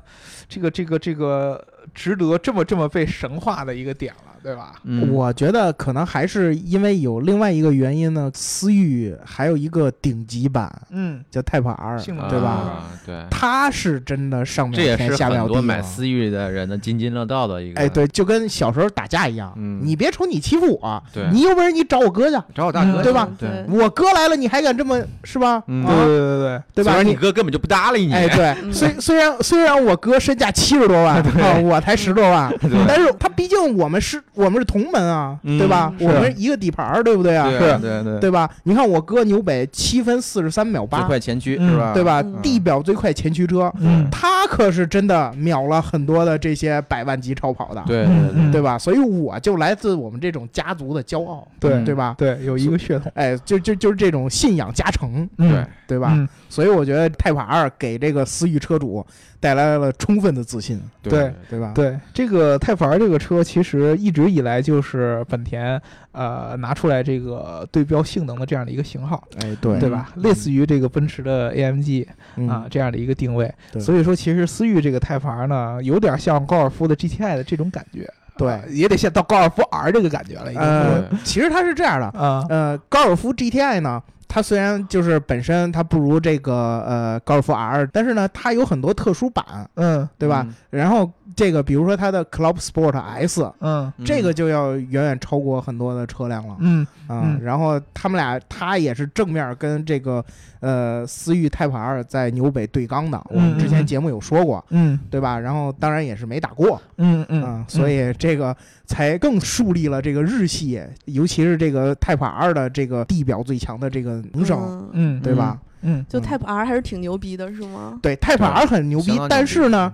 [SPEAKER 3] 这个这个这个值得这么这么被神话的一个点了，对吧？
[SPEAKER 5] 嗯
[SPEAKER 2] 我觉得可能还是因为有另外一个原因呢，思域还有一个顶级版
[SPEAKER 3] 嗯，
[SPEAKER 2] 叫 Type R，
[SPEAKER 3] 性能
[SPEAKER 2] 对吧
[SPEAKER 5] 啊对，
[SPEAKER 2] 它是真的上
[SPEAKER 5] 这
[SPEAKER 2] 秒
[SPEAKER 5] 也
[SPEAKER 2] 天
[SPEAKER 5] 是
[SPEAKER 2] 下秒
[SPEAKER 5] 很
[SPEAKER 2] 地
[SPEAKER 5] 多买
[SPEAKER 2] 了
[SPEAKER 5] 思域的人的津津乐道的一个，
[SPEAKER 2] 哎，对，就跟小时候打架一样，
[SPEAKER 5] 嗯
[SPEAKER 2] 你别瞅你欺负我，
[SPEAKER 5] 对
[SPEAKER 2] 你有本事你找我哥去，
[SPEAKER 5] 找我大哥
[SPEAKER 2] 对吧
[SPEAKER 5] 去
[SPEAKER 1] 对
[SPEAKER 2] 我哥来了你还敢这么是吧？
[SPEAKER 5] 嗯
[SPEAKER 3] 对
[SPEAKER 2] 啊
[SPEAKER 3] 对对对，
[SPEAKER 2] 对
[SPEAKER 5] 虽
[SPEAKER 2] 吧？
[SPEAKER 5] 然你哥根本就不搭理你，
[SPEAKER 2] 哎，
[SPEAKER 5] (laughs)
[SPEAKER 2] 对，
[SPEAKER 1] 嗯
[SPEAKER 2] 虽虽然虽然我哥身价七十多万啊，我才十多万，但是他毕竟我们是我们是同门啊，
[SPEAKER 5] 嗯
[SPEAKER 2] 对吧？
[SPEAKER 1] 是
[SPEAKER 2] 我们是一个底盘儿，对不对啊？
[SPEAKER 5] 对
[SPEAKER 3] 是
[SPEAKER 5] 对对，
[SPEAKER 2] 对吧？你看我哥纽北七分四十三秒
[SPEAKER 5] 最
[SPEAKER 2] 八，
[SPEAKER 5] 快前驱
[SPEAKER 3] 嗯
[SPEAKER 5] 是吧？
[SPEAKER 2] 对吧
[SPEAKER 1] 嗯？
[SPEAKER 2] 地表最快前驱车，
[SPEAKER 3] 嗯
[SPEAKER 2] 他可是真的秒了很多的这些百万级超跑的，
[SPEAKER 5] 对
[SPEAKER 3] 嗯嗯
[SPEAKER 2] 对吧？所以我就来自我们这种家族的骄傲，
[SPEAKER 3] 对
[SPEAKER 2] 对吧？
[SPEAKER 3] 对，有一个血统，
[SPEAKER 2] 哎，就就就是这种信仰加成，
[SPEAKER 5] 对
[SPEAKER 3] 嗯，
[SPEAKER 2] 对吧？
[SPEAKER 3] 嗯
[SPEAKER 2] 所以我觉得泰坦二给这个思域车主带来了充分的自信，
[SPEAKER 3] 对
[SPEAKER 2] 对吧？
[SPEAKER 3] 对，这个泰凡这个车其实一直以来就是本田呃拿出来这个对标性能的这样的一个型号，
[SPEAKER 2] 哎，对
[SPEAKER 3] 对吧？类似于这个奔驰的 AMG 啊
[SPEAKER 2] 嗯，
[SPEAKER 3] 这样的一个定位，
[SPEAKER 2] 对
[SPEAKER 3] 所以说其实思域这个泰凡呢，有点像高尔夫的 GTI 的这种感觉，
[SPEAKER 2] 对
[SPEAKER 3] 啊也得像到高尔夫 R 这个感觉了，已经
[SPEAKER 2] 呃
[SPEAKER 3] 是
[SPEAKER 5] 对，
[SPEAKER 2] 其实它是这样的，
[SPEAKER 3] 啊，
[SPEAKER 2] 呃，高尔夫 GTI 呢，它虽然就是本身它不如这个呃高尔夫 R，但是呢，它有很多特殊版，
[SPEAKER 3] 嗯
[SPEAKER 2] 对吧？？然后这个比如说它的 Club Sport S，
[SPEAKER 3] 嗯
[SPEAKER 5] 嗯
[SPEAKER 2] 这个就要远远超过很多的车辆了
[SPEAKER 3] 嗯
[SPEAKER 2] 啊、
[SPEAKER 3] 嗯
[SPEAKER 2] 然后他们俩，他也是正面跟这个呃思域泰坦二在纽北对刚的，我们之前节目有说过，
[SPEAKER 3] 嗯
[SPEAKER 2] 对吧？然后当然也是没打过
[SPEAKER 3] 嗯嗯
[SPEAKER 2] 啊、
[SPEAKER 3] 嗯，
[SPEAKER 2] 所以这个才更树立了这个日系，尤其是这个泰坦二的这个地表最强的这个能手，
[SPEAKER 1] 嗯
[SPEAKER 3] 嗯
[SPEAKER 2] 对吧？
[SPEAKER 3] 嗯
[SPEAKER 1] 就
[SPEAKER 2] 嗯
[SPEAKER 1] Type R 还是挺牛逼的，是吗？
[SPEAKER 2] 对，泰坦二很牛
[SPEAKER 5] 相
[SPEAKER 2] 逼
[SPEAKER 5] 当，
[SPEAKER 2] 但
[SPEAKER 5] 牛
[SPEAKER 2] 是
[SPEAKER 5] 逼嗯
[SPEAKER 2] 呢，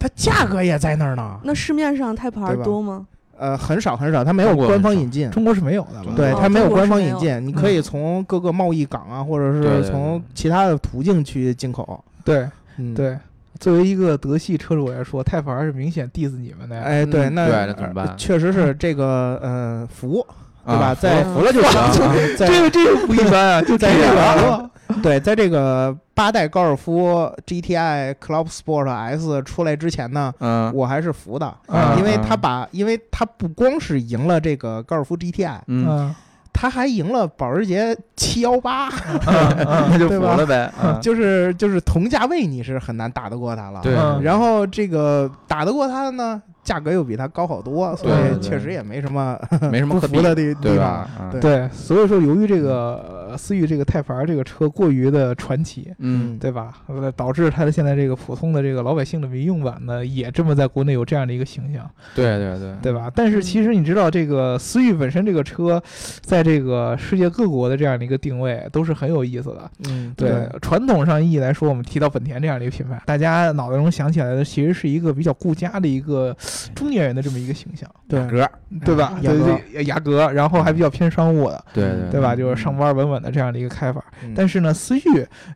[SPEAKER 2] 它价格也在那儿呢，
[SPEAKER 1] 那市面上 Type
[SPEAKER 2] 对
[SPEAKER 1] R
[SPEAKER 2] 吧
[SPEAKER 1] 多吗？
[SPEAKER 2] 呃，很少很少，它没有
[SPEAKER 5] 嗯中国
[SPEAKER 2] 官
[SPEAKER 5] 很
[SPEAKER 2] 方
[SPEAKER 5] 少
[SPEAKER 2] 引进。
[SPEAKER 3] 中国是没有的吧？
[SPEAKER 2] 对，
[SPEAKER 1] 哦
[SPEAKER 2] 它没有
[SPEAKER 1] 中国
[SPEAKER 2] 官
[SPEAKER 1] 是
[SPEAKER 2] 方
[SPEAKER 1] 没
[SPEAKER 2] 引
[SPEAKER 1] 有
[SPEAKER 2] 进，你可以
[SPEAKER 3] 嗯
[SPEAKER 2] 从各个贸易港啊，或者
[SPEAKER 5] 对对
[SPEAKER 2] 是
[SPEAKER 5] 对
[SPEAKER 2] 从其他的途径去进口。
[SPEAKER 3] 对
[SPEAKER 2] 嗯，，
[SPEAKER 3] 对，作为一个德系车主来说，泰凡是明显 diss 你们的呀。
[SPEAKER 2] 哎，对，
[SPEAKER 5] 嗯
[SPEAKER 2] 那
[SPEAKER 5] 对那怎么办
[SPEAKER 2] 呃确实是这个呃服，对吧？
[SPEAKER 5] 啊
[SPEAKER 2] 在
[SPEAKER 1] 服
[SPEAKER 5] 服了
[SPEAKER 2] (laughs)
[SPEAKER 5] 就行。
[SPEAKER 2] 在
[SPEAKER 3] 这个这个不一般啊，就
[SPEAKER 2] 在这
[SPEAKER 3] 个
[SPEAKER 2] 个对，在这个八代高尔夫 GTI Club Sport S 出来之前呢，
[SPEAKER 5] 嗯
[SPEAKER 2] 我还是服的，
[SPEAKER 3] 嗯
[SPEAKER 2] 因为
[SPEAKER 5] 嗯
[SPEAKER 2] 它把，因为它不光是赢了这个高尔夫 GTI，
[SPEAKER 5] (laughs) 嗯，
[SPEAKER 3] 嗯
[SPEAKER 2] 它还赢了保时捷七幺八，
[SPEAKER 5] (laughs) 那就服
[SPEAKER 2] 对吧
[SPEAKER 5] 了呗。嗯
[SPEAKER 2] 就是就是同价位你是很难打得过它了。
[SPEAKER 5] 对
[SPEAKER 3] 嗯，
[SPEAKER 2] 然后这个打得过它的呢，价格又比它高好多，所
[SPEAKER 3] 对
[SPEAKER 2] 以
[SPEAKER 3] 对
[SPEAKER 2] 确实也没什么
[SPEAKER 5] 没什么
[SPEAKER 2] 不
[SPEAKER 5] 可
[SPEAKER 2] 服
[SPEAKER 5] 比，
[SPEAKER 2] 的地
[SPEAKER 5] 对
[SPEAKER 2] 地
[SPEAKER 5] 吧
[SPEAKER 2] 方。？
[SPEAKER 5] 嗯
[SPEAKER 2] 对
[SPEAKER 3] 对，所以说由于这个呃思域这个泰凡这个车过于的传奇，
[SPEAKER 5] 嗯，
[SPEAKER 3] 对吧？呃导致它的现在这个普通的这个老百姓的民用版呢，也这么在国内有这样的一个形象，
[SPEAKER 5] 对对对
[SPEAKER 3] 对吧？但是其实你知道，这个思域本身这个车，在这个世界各国的这样的一个定位都是很有意思的。
[SPEAKER 2] 嗯，
[SPEAKER 3] 对，传统上意义来说，我们提到本田这样的一个品牌，大家脑袋中想起来的其实是一个比较顾家的一个呃中年人的这么一个形象，
[SPEAKER 2] 嗯对
[SPEAKER 5] 格
[SPEAKER 3] 对吧？
[SPEAKER 2] 雅
[SPEAKER 3] 对
[SPEAKER 2] 阁
[SPEAKER 3] 对，雅阁，然后还比较偏商务的，
[SPEAKER 5] 对
[SPEAKER 3] 对吧？
[SPEAKER 2] 嗯
[SPEAKER 3] 就是上班稳稳的这样的一个开法。
[SPEAKER 2] 嗯
[SPEAKER 3] 但是呢，思域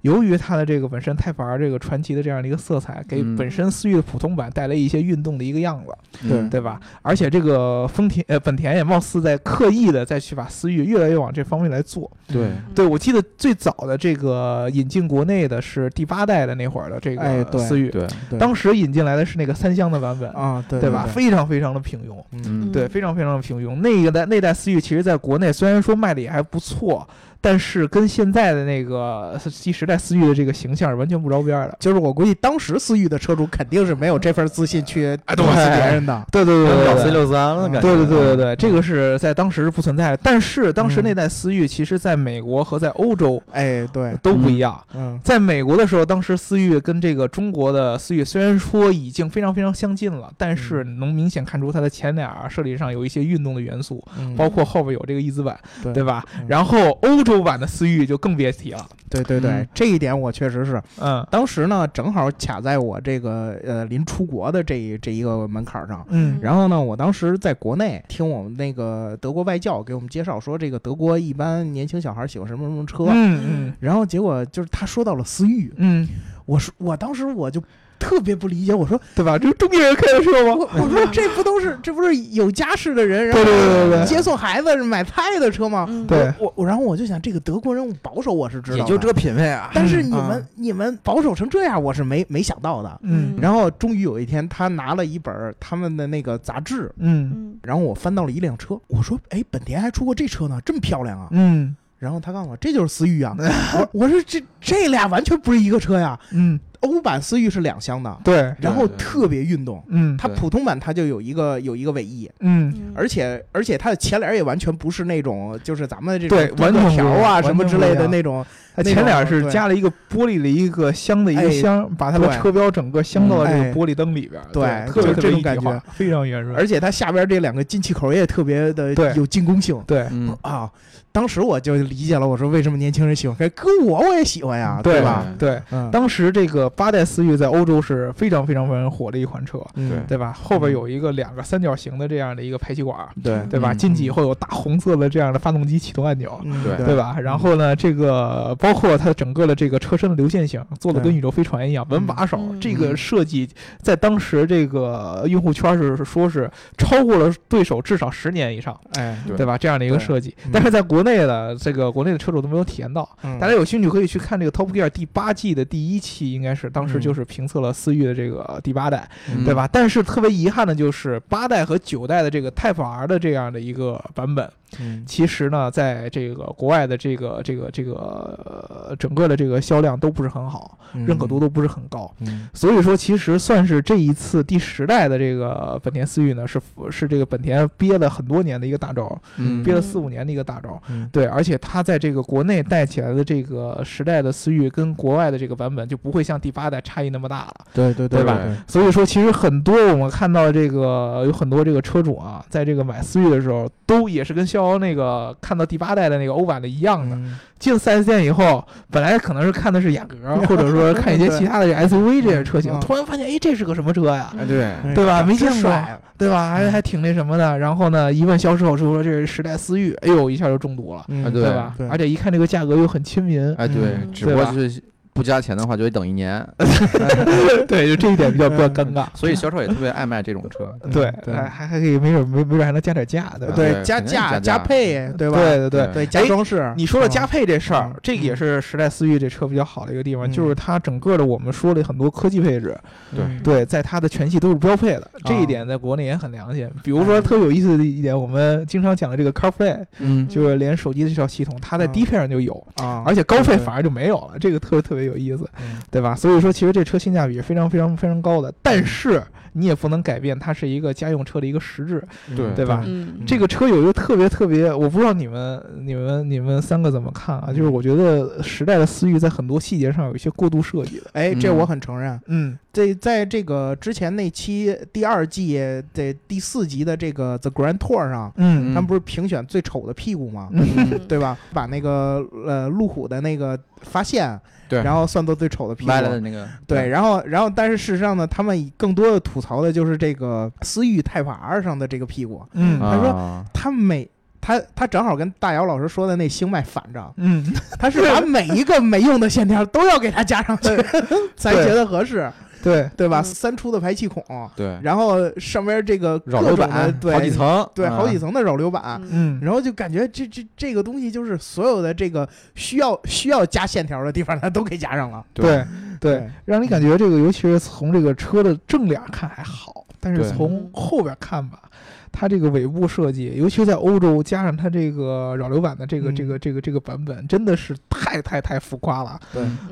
[SPEAKER 3] 由于它的这个本身泰凡这个传奇的这样的一个色彩，给
[SPEAKER 5] 嗯
[SPEAKER 3] 本身思域的普通版带来一些运动的一个样子，
[SPEAKER 5] 嗯
[SPEAKER 3] 对吧？而且这个丰田呃本田也貌似在刻意的再去把思域越来越往这方面来做。
[SPEAKER 5] 对
[SPEAKER 2] 嗯
[SPEAKER 1] 嗯
[SPEAKER 3] 对，我记得最早的这个引进国内的是第八代的那会儿的这
[SPEAKER 2] 哎
[SPEAKER 3] 个
[SPEAKER 2] 对
[SPEAKER 3] 思域，
[SPEAKER 5] 对，
[SPEAKER 2] 对
[SPEAKER 3] 当时引进来的是那个三厢的版本，
[SPEAKER 2] 啊，对
[SPEAKER 3] 吧？非常非常的平庸，
[SPEAKER 2] 嗯
[SPEAKER 1] 嗯
[SPEAKER 3] 对，非常非常的平庸。那个代那代思域其实在国内虽然说卖的也还不错，但是跟现在的那个呃第十代思域的这个形象是完全不着边儿的。
[SPEAKER 2] 就是我估计当时思域的车主肯定是没有这份自信去
[SPEAKER 5] 哎
[SPEAKER 2] 对
[SPEAKER 5] 对
[SPEAKER 2] 付别人的。
[SPEAKER 3] 对对对
[SPEAKER 4] 搞 C
[SPEAKER 3] 对对。
[SPEAKER 4] 六三了，感觉嗯
[SPEAKER 3] 对对对对对，这个是在当时是不存在的，但是当时
[SPEAKER 2] 嗯
[SPEAKER 3] 那代思域其实在美国和在欧洲
[SPEAKER 2] (laughs) 哎，对，
[SPEAKER 3] 都不一样， (laughs)
[SPEAKER 2] 嗯
[SPEAKER 3] 在美国的时候，当时思域跟这个中国的思域虽然说已经非常非常相近了，但是
[SPEAKER 4] 嗯
[SPEAKER 3] 能明显看出它的前脸啊设计上有一些运动的元素，
[SPEAKER 2] 嗯，
[SPEAKER 3] 包括后边有这个翼子板，
[SPEAKER 2] 对
[SPEAKER 3] 对吧
[SPEAKER 2] 嗯？
[SPEAKER 3] 然后欧洲版的思域就更别提了，
[SPEAKER 2] 对对对
[SPEAKER 3] 嗯，
[SPEAKER 2] 这一点我确实是，
[SPEAKER 3] 嗯
[SPEAKER 2] 当时呢正好卡在我这个呃临出国的这一这一个门槛上。
[SPEAKER 3] 嗯
[SPEAKER 2] 然后呢，我当时在国内听我们那个德国外教给我们介绍说，这个德国一般年轻小孩喜欢什么什么车，
[SPEAKER 3] 嗯
[SPEAKER 2] 然后结果就是他说到了思域
[SPEAKER 3] 嗯，嗯，
[SPEAKER 2] 我说我当时我就特别不理解，我说
[SPEAKER 3] 对吧？这是中国人开的车吗？
[SPEAKER 2] 我说这不都是这不是有家室的人，然
[SPEAKER 3] 对对对对
[SPEAKER 2] 后
[SPEAKER 3] 对
[SPEAKER 2] 接送孩子买菜的车吗？
[SPEAKER 1] 嗯，
[SPEAKER 3] 啊对
[SPEAKER 2] 我我然后我就想，这个德国人保守我是知道
[SPEAKER 4] 也
[SPEAKER 2] 的，
[SPEAKER 4] 就这品味啊。
[SPEAKER 2] 但是你
[SPEAKER 3] 嗯
[SPEAKER 2] 们、你们保守成这样，我是没没想到的。
[SPEAKER 3] 嗯
[SPEAKER 2] 然后终于有一天，他拿了一本儿他们的那个杂志，
[SPEAKER 3] 嗯
[SPEAKER 1] 嗯
[SPEAKER 2] 然后我翻到了一辆车，我说：“哎，本田还出过这车呢，这么漂亮啊！”
[SPEAKER 3] 嗯
[SPEAKER 2] 然后他告诉我，这就是思域啊。我我说这这俩完全不是一个车呀，
[SPEAKER 3] 嗯，
[SPEAKER 2] 欧版思域是两厢的，
[SPEAKER 3] 对，
[SPEAKER 2] 然后
[SPEAKER 5] 对对
[SPEAKER 2] 特别运动，
[SPEAKER 3] 嗯
[SPEAKER 2] 它
[SPEAKER 5] 对
[SPEAKER 2] 普通版它就有一个有一个尾翼，
[SPEAKER 3] 嗯
[SPEAKER 1] 嗯
[SPEAKER 2] 而且而且它的前脸也完全不是那种就是咱们这种
[SPEAKER 3] 对
[SPEAKER 2] 镀
[SPEAKER 3] 完
[SPEAKER 2] 铬
[SPEAKER 3] 全不
[SPEAKER 2] 条
[SPEAKER 3] 一
[SPEAKER 2] 啊
[SPEAKER 3] 样
[SPEAKER 2] 什么
[SPEAKER 3] 完全
[SPEAKER 2] 之
[SPEAKER 3] 不
[SPEAKER 2] 类
[SPEAKER 3] 一
[SPEAKER 2] 的
[SPEAKER 3] 样
[SPEAKER 2] 那种，
[SPEAKER 3] 它
[SPEAKER 2] 那
[SPEAKER 3] 哎前脸
[SPEAKER 2] 种
[SPEAKER 3] 是
[SPEAKER 2] 对
[SPEAKER 3] 加了一个玻璃的一个镶的一
[SPEAKER 2] 哎
[SPEAKER 3] 个镶，把它的
[SPEAKER 2] 对
[SPEAKER 3] 车标整个镶到了这
[SPEAKER 2] 哎
[SPEAKER 3] 个玻璃灯里边儿，
[SPEAKER 2] 对就
[SPEAKER 3] 特别
[SPEAKER 2] 是
[SPEAKER 3] 特
[SPEAKER 2] 这
[SPEAKER 3] 别
[SPEAKER 2] 种
[SPEAKER 3] 一体
[SPEAKER 2] 感觉
[SPEAKER 3] 化，非常圆润，
[SPEAKER 2] 而且它下边这两个进气口也特别的
[SPEAKER 3] 对
[SPEAKER 2] 有进攻性。
[SPEAKER 3] 对
[SPEAKER 5] 嗯，
[SPEAKER 2] 啊，当时我就理解了，我说为什么年轻人喜欢开，搁我我也喜欢呀，
[SPEAKER 3] 对
[SPEAKER 2] 啊吧？？
[SPEAKER 3] 对。
[SPEAKER 2] 嗯，
[SPEAKER 3] 当时这个八代思域在欧洲是非常非常非常火的一款车，
[SPEAKER 2] 嗯
[SPEAKER 3] 对吧？后边有一个两个三角形的这样的一个排气管，
[SPEAKER 2] 对
[SPEAKER 3] 对吧？
[SPEAKER 2] 嗯
[SPEAKER 3] 进去以后有大红色的这样的发动机启动按钮，
[SPEAKER 2] 嗯
[SPEAKER 5] 对
[SPEAKER 3] 对？吧？然后呢，这个包括它整个的这个车身的流线型，做的
[SPEAKER 2] 对
[SPEAKER 3] 跟宇宙飞船一样，
[SPEAKER 2] 嗯
[SPEAKER 3] 文把手、
[SPEAKER 1] 嗯
[SPEAKER 3] 这个设计，在当时这个用户圈是说是超过了对手至少十年以上，
[SPEAKER 2] 哎，
[SPEAKER 5] 对
[SPEAKER 3] 对吧？这样的一个
[SPEAKER 2] 对
[SPEAKER 3] 设计
[SPEAKER 2] 嗯，
[SPEAKER 3] 但是在国内的这个国内的车主都没有体验到。
[SPEAKER 2] 嗯
[SPEAKER 3] 大家有兴趣可以去看这个 Top Gear 第八季的第一期，应该是当时
[SPEAKER 2] 嗯
[SPEAKER 3] 就是评测了思域的这个第八代，
[SPEAKER 5] 嗯
[SPEAKER 3] 对吧？但是特别遗憾的就是八代和九代的这个 Type R 的这样的一个版本，
[SPEAKER 2] 嗯
[SPEAKER 3] 其实呢，在这个国外的这个这个这个、呃、整个的这个销量都不是很好，
[SPEAKER 5] 嗯
[SPEAKER 3] 认可度都不是很高。
[SPEAKER 2] 嗯
[SPEAKER 3] 所以说，其实算是这一次第十代的这个本田思域呢，是是这个本田憋了很多年的一个大招，
[SPEAKER 5] 嗯
[SPEAKER 3] 憋了
[SPEAKER 1] 嗯
[SPEAKER 3] 四五年的一个大招。
[SPEAKER 2] 嗯
[SPEAKER 3] 对，而且它在这个国内带起来的这个时代的思域，跟国外的这个版本就不会像第八代差异那么大了。
[SPEAKER 2] 对对
[SPEAKER 3] 对吧？所以说，其实很多我们看到这个有很多这个车主啊，在这个买思域的时候，都也是跟逍遥那个看到第八代的那个欧版的一样的。
[SPEAKER 2] 嗯
[SPEAKER 3] 进四 S 店以后，本来可能是看的是雅 (laughs) 阁，或者说看一些其他的这 SUV 这些车型
[SPEAKER 2] 嗯，
[SPEAKER 3] 突然发现，哎，这是个什么车呀？
[SPEAKER 5] 哎，对，
[SPEAKER 2] 哎
[SPEAKER 3] 对吧没
[SPEAKER 2] 真
[SPEAKER 3] 见过
[SPEAKER 2] 帅啊
[SPEAKER 3] 对吧？哎还
[SPEAKER 2] 嗯
[SPEAKER 3] 还挺那什么的。然后呢，一问销售说这是时代思域，哎呦，一下就中毒了，
[SPEAKER 2] 嗯
[SPEAKER 5] 啊
[SPEAKER 3] 对
[SPEAKER 5] 对
[SPEAKER 3] 吧哎
[SPEAKER 2] 对？
[SPEAKER 3] 而且一看这个价格又很亲民，
[SPEAKER 5] 哎对
[SPEAKER 1] 嗯，
[SPEAKER 5] 只不过
[SPEAKER 3] 对吧
[SPEAKER 5] 就是不加钱的话就得等一年，
[SPEAKER 3] (laughs)
[SPEAKER 2] (laughs)
[SPEAKER 3] 对，就这一点比较比较尴尬。
[SPEAKER 5] 所以销售也特别爱卖这种车。
[SPEAKER 3] 对，
[SPEAKER 2] 对
[SPEAKER 3] 哎嗯还还可以，没准没没准还能加点价，对吧？
[SPEAKER 5] 对
[SPEAKER 2] 对，加
[SPEAKER 5] 肯定加
[SPEAKER 2] 加
[SPEAKER 5] 价
[SPEAKER 2] 配，对吧？
[SPEAKER 3] 对对对。
[SPEAKER 2] 对，加
[SPEAKER 3] 哎
[SPEAKER 2] 装饰。
[SPEAKER 3] 你说了
[SPEAKER 2] 是吧
[SPEAKER 3] 加配这事儿
[SPEAKER 2] 嗯，
[SPEAKER 3] 这个也是时代思域这车比较好的一个地方，
[SPEAKER 2] 嗯
[SPEAKER 3] 就是它整个的我们说的很多科技配置，
[SPEAKER 5] 对
[SPEAKER 2] 嗯啊
[SPEAKER 3] 对，在它的全系都是标配的，这一点在国内也很良心。比如
[SPEAKER 2] 哎
[SPEAKER 3] 说特别有意思的一点，我们经常讲的这个 CarPlay，
[SPEAKER 5] 嗯
[SPEAKER 3] 就是连手机的这套系统，它在
[SPEAKER 2] 嗯
[SPEAKER 3] 低配上就有，
[SPEAKER 2] 啊，
[SPEAKER 3] 而且高
[SPEAKER 2] 对
[SPEAKER 3] 配
[SPEAKER 2] 对
[SPEAKER 3] 反而就没有了，这个特别特别有意思，
[SPEAKER 2] 嗯
[SPEAKER 3] 对吧？所以说其实这车性价比是非常非常非常高的，但是你也不能改变它是一个家用车的一个实质，
[SPEAKER 5] 对
[SPEAKER 3] 对吧
[SPEAKER 1] 嗯
[SPEAKER 3] 这个车有一个特别特别，我不知道你们、你们、你们三个怎么看啊？就是我觉得时代的思域在很多细节上有一些过度设计的。
[SPEAKER 2] 哎，这我
[SPEAKER 5] 嗯
[SPEAKER 2] 很承认。
[SPEAKER 3] 嗯，
[SPEAKER 2] 这在这个之前那期第二季的第四集的这个 The Grand Tour 上，
[SPEAKER 3] 嗯
[SPEAKER 2] 他们不是评选最丑的屁股吗？
[SPEAKER 1] 嗯
[SPEAKER 2] 对吧？把那个呃路虎的那个发现，
[SPEAKER 5] 对
[SPEAKER 2] 然后算作最丑的屁股
[SPEAKER 5] 歪。了的那个，
[SPEAKER 2] 对，，然后，然后，但是事实上呢，他们更多的吐槽的就是这个思域 Type R 上的这个屁股，
[SPEAKER 3] 嗯
[SPEAKER 2] 他说
[SPEAKER 5] 啊
[SPEAKER 2] 他每他他正好跟大姚老师说的那星脉反着，
[SPEAKER 3] 嗯， (laughs)
[SPEAKER 2] 他是把每一个没用的线条都要给它加上去， (laughs) 才觉得合适，
[SPEAKER 3] 对，
[SPEAKER 2] 对吧？
[SPEAKER 1] 嗯
[SPEAKER 2] 三出的排气孔，
[SPEAKER 5] 对，
[SPEAKER 2] 然后上面这个
[SPEAKER 5] 扰
[SPEAKER 2] 各
[SPEAKER 5] 流
[SPEAKER 2] 种的
[SPEAKER 5] 板
[SPEAKER 2] 对，
[SPEAKER 5] 好几，层，
[SPEAKER 2] 对，
[SPEAKER 5] 嗯
[SPEAKER 2] 好几，层的扰流板，
[SPEAKER 3] 嗯，
[SPEAKER 2] 然后就感觉这这这个东西就是所有的这个需要需要加线条的地方，它都给加上了。
[SPEAKER 3] 对对，
[SPEAKER 2] 对，
[SPEAKER 3] 让你感觉这个，尤其是从这个车的正脸看还好，但是
[SPEAKER 5] 对
[SPEAKER 3] 从后边看吧。它这个尾部设计，尤其是在欧洲，加上它这个扰流板的这个、
[SPEAKER 2] 嗯
[SPEAKER 3] 这个这个这个版本，真的是太太太浮夸了。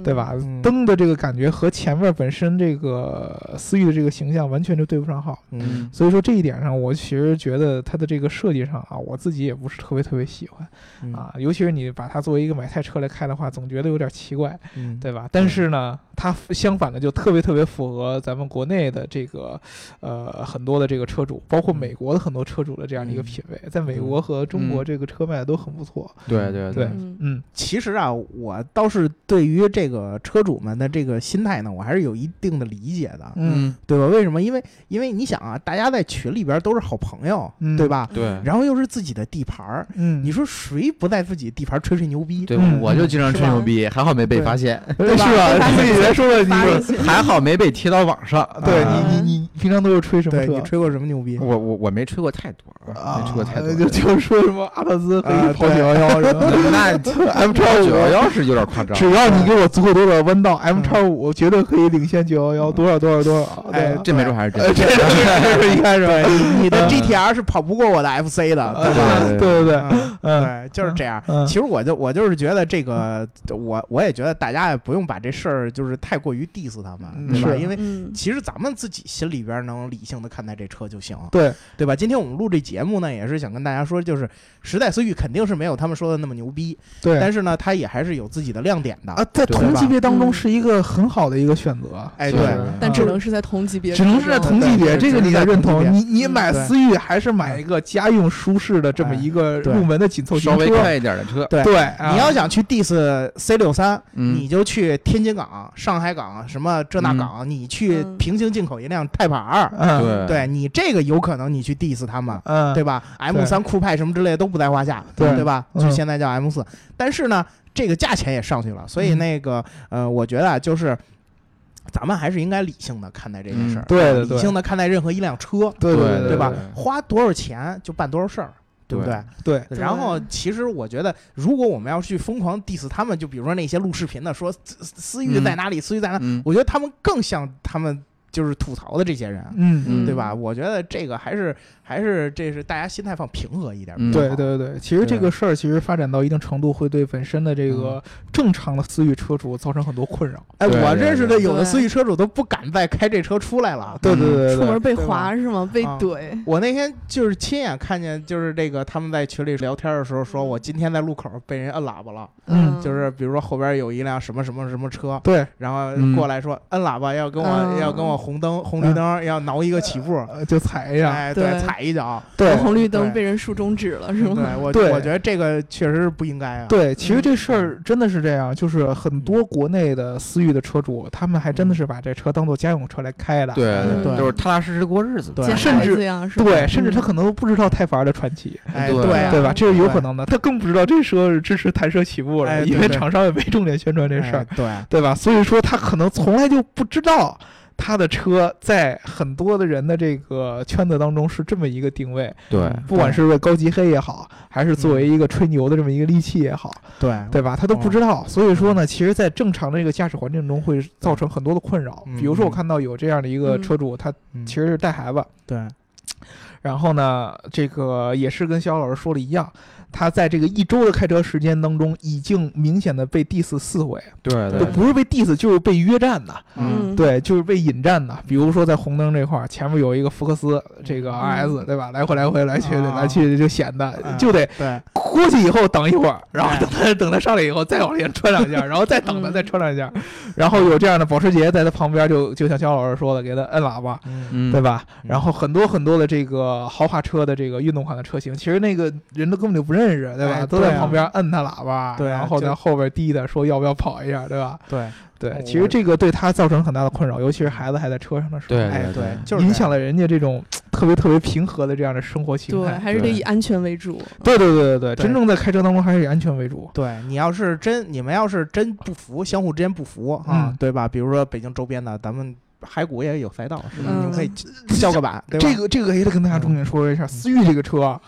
[SPEAKER 3] 对吧？
[SPEAKER 2] 嗯
[SPEAKER 3] 灯的这个感觉和前面本身这个思域的这个形象完全就对不上号，
[SPEAKER 5] 嗯
[SPEAKER 3] 所以说这一点上，我其实觉得它的这个设计上啊，我自己也不是特别特别喜欢
[SPEAKER 2] 嗯
[SPEAKER 3] 啊，尤其是你把它作为一个买菜车来开的话，总觉得有点奇怪，
[SPEAKER 2] 嗯，
[SPEAKER 3] 对吧？但是呢，它相反的就特别特别符合咱们国内的这个呃很多的这个车主，包括美国的很多车主的这样的一个
[SPEAKER 2] 嗯
[SPEAKER 3] 品味，在美国和中国这个车卖的都很不错，
[SPEAKER 5] 对对
[SPEAKER 3] 对
[SPEAKER 1] 嗯
[SPEAKER 3] 嗯
[SPEAKER 2] 其实啊，我倒是对于这个车主们的这个心态呢，我还是有一定的理解的，
[SPEAKER 3] 嗯
[SPEAKER 2] 对吧？为什么？因为因为你想啊，大家在群里边都是好朋友，
[SPEAKER 3] 嗯
[SPEAKER 2] 对吧？
[SPEAKER 5] 对
[SPEAKER 2] 然后又是自己的地盘儿，
[SPEAKER 3] 嗯，
[SPEAKER 2] 你说谁不在自己地盘儿吹吹牛逼？
[SPEAKER 5] 对，
[SPEAKER 3] 嗯
[SPEAKER 5] 我就经常
[SPEAKER 1] 是
[SPEAKER 5] 吹
[SPEAKER 1] 吧
[SPEAKER 5] 牛逼，还好没被
[SPEAKER 2] 对
[SPEAKER 5] 发现，
[SPEAKER 3] 是
[SPEAKER 2] 啊
[SPEAKER 3] 吧？自己来 (laughs) 说说你
[SPEAKER 1] 发
[SPEAKER 3] 说
[SPEAKER 1] 一。些
[SPEAKER 5] 还好没被贴到网上。
[SPEAKER 3] (laughs) 对
[SPEAKER 5] 啊
[SPEAKER 3] 你，你你平常都是吹什么
[SPEAKER 2] 对
[SPEAKER 3] 车？
[SPEAKER 2] 你吹过什么牛逼？ (laughs)
[SPEAKER 5] 我我我没吹过太多，啊，没吹过太多，
[SPEAKER 3] 呃就就说什么阿特兹和
[SPEAKER 2] 啊
[SPEAKER 3] 跑九幺幺什么 (laughs)
[SPEAKER 2] (laughs)
[SPEAKER 5] 那
[SPEAKER 3] M 叉
[SPEAKER 5] 九幺
[SPEAKER 3] 五，
[SPEAKER 5] 幺是有点夸张，
[SPEAKER 3] 只要你给我足够多少弯道，M
[SPEAKER 2] 嗯
[SPEAKER 3] 叉五绝对可以领先九幺幺多少多少多少。
[SPEAKER 2] 哎
[SPEAKER 3] 对
[SPEAKER 5] 这没准还是真
[SPEAKER 3] 呃，这 (laughs) 这是应该是吧？
[SPEAKER 2] 你的
[SPEAKER 5] 嗯
[SPEAKER 2] GTR 是跑不过我的 FC 的，
[SPEAKER 3] 啊对
[SPEAKER 5] 对
[SPEAKER 3] 呃对对，
[SPEAKER 2] 吧？
[SPEAKER 3] 嗯
[SPEAKER 2] 对，就是这样。
[SPEAKER 3] 嗯
[SPEAKER 2] 其实我就我就是觉得这个，我我也觉得大家也不用把这事儿就是太过于 diss 他们，
[SPEAKER 3] 嗯
[SPEAKER 2] 对吧？
[SPEAKER 3] 是
[SPEAKER 2] 因为
[SPEAKER 1] 嗯，
[SPEAKER 2] 其实咱们自己心里边能理性的看待这车就行，
[SPEAKER 3] 对
[SPEAKER 2] 对吧？今天我们录这节目呢，也是想跟大家说，就是时代思域肯定是没有他们说的那么牛逼，
[SPEAKER 3] 对
[SPEAKER 2] 但是呢，它也还是有自己的亮点的。
[SPEAKER 3] 啊，在
[SPEAKER 4] 对
[SPEAKER 3] 同
[SPEAKER 2] 吧
[SPEAKER 3] 级别当中
[SPEAKER 1] 嗯
[SPEAKER 3] 是一个很好的一个选择，
[SPEAKER 2] 哎，
[SPEAKER 4] 就
[SPEAKER 2] 对
[SPEAKER 4] 是，
[SPEAKER 1] 但只
[SPEAKER 3] 嗯
[SPEAKER 1] 能是在同级别，
[SPEAKER 3] 只能是在同级别，
[SPEAKER 2] 对
[SPEAKER 3] 这个
[SPEAKER 2] 只
[SPEAKER 3] 你
[SPEAKER 2] 能
[SPEAKER 3] 得
[SPEAKER 2] 在
[SPEAKER 3] 认
[SPEAKER 2] 同级
[SPEAKER 3] 同。
[SPEAKER 2] 别嗯
[SPEAKER 3] 你你买
[SPEAKER 2] 对嗯
[SPEAKER 3] 思域还是买一个家用舒适的这么一个
[SPEAKER 2] 对
[SPEAKER 3] 入门的紧凑型
[SPEAKER 5] 稍微
[SPEAKER 3] 车？
[SPEAKER 5] 快一点的车，
[SPEAKER 2] 对
[SPEAKER 3] 对，
[SPEAKER 2] 你要
[SPEAKER 3] 啊
[SPEAKER 2] 想去 diss C 六三，
[SPEAKER 5] 嗯
[SPEAKER 2] 你就去天津港、上海港什么这那港，你去
[SPEAKER 1] 嗯
[SPEAKER 2] 平行进口一辆泰坦二，
[SPEAKER 5] 对
[SPEAKER 3] 嗯
[SPEAKER 2] 对你这个有可能你去 diss 他们，
[SPEAKER 3] 嗯
[SPEAKER 2] 对吧？M 三酷派什么之类的都不在话下，
[SPEAKER 3] 对
[SPEAKER 2] 对吧？
[SPEAKER 3] 嗯
[SPEAKER 2] 就现在叫 M 四，但是呢，这个价钱也上去了，所以
[SPEAKER 3] 嗯
[SPEAKER 2] 那个呃，我觉得啊，就是咱们还是应该理性的看待这件事儿
[SPEAKER 5] 嗯，
[SPEAKER 3] 对的
[SPEAKER 2] 理
[SPEAKER 3] 对
[SPEAKER 2] 性的看待任何一辆车，
[SPEAKER 3] 对
[SPEAKER 5] 对
[SPEAKER 3] 对
[SPEAKER 2] 吧？花多少钱就办多少事儿，对不对？
[SPEAKER 3] 对
[SPEAKER 1] 对
[SPEAKER 2] 然后，其实我觉得，如果我们要去疯狂 diss 他们，就比如说那些录视频的，说思思域在哪里，思域在哪，
[SPEAKER 5] 嗯，
[SPEAKER 2] 我觉得他们更像他们就是吐槽的这些人，
[SPEAKER 3] 嗯
[SPEAKER 1] 嗯
[SPEAKER 2] 对吧？我觉得这个还是还是这是大家心态放平和一点比
[SPEAKER 5] 嗯
[SPEAKER 2] 较好，
[SPEAKER 3] 对对对，其实这
[SPEAKER 2] 对
[SPEAKER 3] 个事儿其实发展到一定程度，会对本身的这个正常的思域车主造成很多困扰。
[SPEAKER 2] 哎，
[SPEAKER 5] 对
[SPEAKER 2] 我
[SPEAKER 5] 对
[SPEAKER 2] 认识
[SPEAKER 5] 对
[SPEAKER 2] 的有的
[SPEAKER 1] 对
[SPEAKER 2] 思域车主都不敢再开这车出来了。
[SPEAKER 3] 对对
[SPEAKER 5] 嗯
[SPEAKER 3] 对
[SPEAKER 1] 出
[SPEAKER 3] 对
[SPEAKER 1] 门被
[SPEAKER 2] 对吧
[SPEAKER 1] 划是吗？被
[SPEAKER 2] 啊
[SPEAKER 1] 怼，
[SPEAKER 2] 我那天就是亲眼看见，就是这个他们在群里聊天的时候说，我今天在路口被人摁喇叭了，
[SPEAKER 3] 嗯
[SPEAKER 2] 就是比如说后边有一辆什么什么什么车，
[SPEAKER 3] 对，
[SPEAKER 2] 然后
[SPEAKER 5] 嗯
[SPEAKER 2] 过来说摁喇叭要跟我
[SPEAKER 1] 嗯
[SPEAKER 2] 要跟我红灯红绿
[SPEAKER 3] 嗯
[SPEAKER 2] 灯要挠一个起步，
[SPEAKER 3] 呃就踩啊一下。
[SPEAKER 2] 哎，
[SPEAKER 1] 对
[SPEAKER 2] 对，踩一脚，
[SPEAKER 3] 对
[SPEAKER 1] 红绿灯
[SPEAKER 2] 对
[SPEAKER 1] 被人竖中指了是
[SPEAKER 2] 对
[SPEAKER 1] 吗？
[SPEAKER 2] 我
[SPEAKER 3] 对
[SPEAKER 2] 我觉得这个确实是不应该啊。
[SPEAKER 3] 对，其实
[SPEAKER 1] 嗯
[SPEAKER 3] 这事儿真的是这样，就是很多国内的思域的车主，他们还真的是把这车当做家用车来开的。
[SPEAKER 5] 对
[SPEAKER 1] 嗯
[SPEAKER 5] 对，就是踏踏实实过日子，
[SPEAKER 2] 对
[SPEAKER 1] 像
[SPEAKER 3] 甚
[SPEAKER 1] 孩
[SPEAKER 3] 至
[SPEAKER 1] 子一样是吧？
[SPEAKER 3] 对，甚至他
[SPEAKER 1] 嗯
[SPEAKER 3] 可能都不知道泰凡的传奇，
[SPEAKER 2] 哎，
[SPEAKER 5] 对
[SPEAKER 2] 对啊
[SPEAKER 3] 对吧？这是有
[SPEAKER 2] 对
[SPEAKER 3] 可能的，他更不知道这车是支持弹射起步
[SPEAKER 2] 哎
[SPEAKER 3] 了，
[SPEAKER 2] 对
[SPEAKER 3] 因为
[SPEAKER 2] 对
[SPEAKER 3] 厂商也没重点宣传这事儿
[SPEAKER 2] 哎。对。
[SPEAKER 3] 对吧？所以说他可能从来就不知道他的车在很多的人的这个圈子当中是这么一个定位，
[SPEAKER 5] 对
[SPEAKER 3] 不管是为高级黑也好，还是作为一个吹牛的这么一个利器也好，
[SPEAKER 2] 对
[SPEAKER 3] 对吧？他都不知
[SPEAKER 2] 哦
[SPEAKER 3] 道。所以说呢，其实，在正常的这个驾驶环境中会造成很多的困扰。
[SPEAKER 2] 嗯
[SPEAKER 3] 比如说，我看到有这样的一个车主，他
[SPEAKER 2] 嗯
[SPEAKER 3] 其实是带孩子，
[SPEAKER 2] 对
[SPEAKER 3] 然后呢，这个也是跟肖老师说的一样，他在这个一周的开车时间当中，已经明显的被 diss 四回，
[SPEAKER 5] 对
[SPEAKER 3] 都不是被 diss 就是被约战的。
[SPEAKER 1] 嗯，
[SPEAKER 3] 对，就是被引战的。比如说在红灯这块儿，前面有一个福克斯，这个 RS，对吧？来回来回来去
[SPEAKER 2] 嗯啊嗯
[SPEAKER 3] 来去就显得就得
[SPEAKER 2] 对
[SPEAKER 3] 过去以后等一会儿，然后
[SPEAKER 2] 哎
[SPEAKER 3] 等他等他上来以后再往前穿两下，然后再等他
[SPEAKER 1] 嗯
[SPEAKER 3] 再穿两下。然后有这样的保时捷在他旁边就，就像肖老师说的，给他摁喇叭。
[SPEAKER 2] 嗯
[SPEAKER 5] 嗯
[SPEAKER 3] 对吧？
[SPEAKER 2] 嗯
[SPEAKER 3] 然后很多很多的这个豪华车的这个运动款的车型，其实那个人都根本就不认识，对吧？
[SPEAKER 2] 哎
[SPEAKER 3] 都
[SPEAKER 2] 对
[SPEAKER 3] 在
[SPEAKER 2] 啊
[SPEAKER 3] 旁边摁他喇叭，
[SPEAKER 2] 对啊
[SPEAKER 3] 然后
[SPEAKER 2] 就
[SPEAKER 3] 在后边滴的说要不要跑一下，对吧？
[SPEAKER 2] 对，
[SPEAKER 3] 对
[SPEAKER 2] 我，
[SPEAKER 3] 其实这个对他造成很大的困扰，尤其是孩子还在车上的时候，
[SPEAKER 5] 对
[SPEAKER 2] 哎对，就是
[SPEAKER 3] 影响了人家这种嘖特别特别平和的这样的生活形
[SPEAKER 1] 对，
[SPEAKER 3] 态。
[SPEAKER 1] 还是得
[SPEAKER 5] 对
[SPEAKER 1] 以安全为主。
[SPEAKER 3] 对对对对对，
[SPEAKER 2] 对
[SPEAKER 3] 真正在开车当中还是以安全为主。
[SPEAKER 2] 这样。对你要是真，你们要是真不服，相互之间不服啊
[SPEAKER 3] 嗯，
[SPEAKER 2] 对吧？比如说北京周边的，咱们海谷也有赛道，是吧？
[SPEAKER 1] 嗯
[SPEAKER 2] 你们可以叫个板，对吧？
[SPEAKER 3] 这个这个也得跟大家重点说一下，思域这个车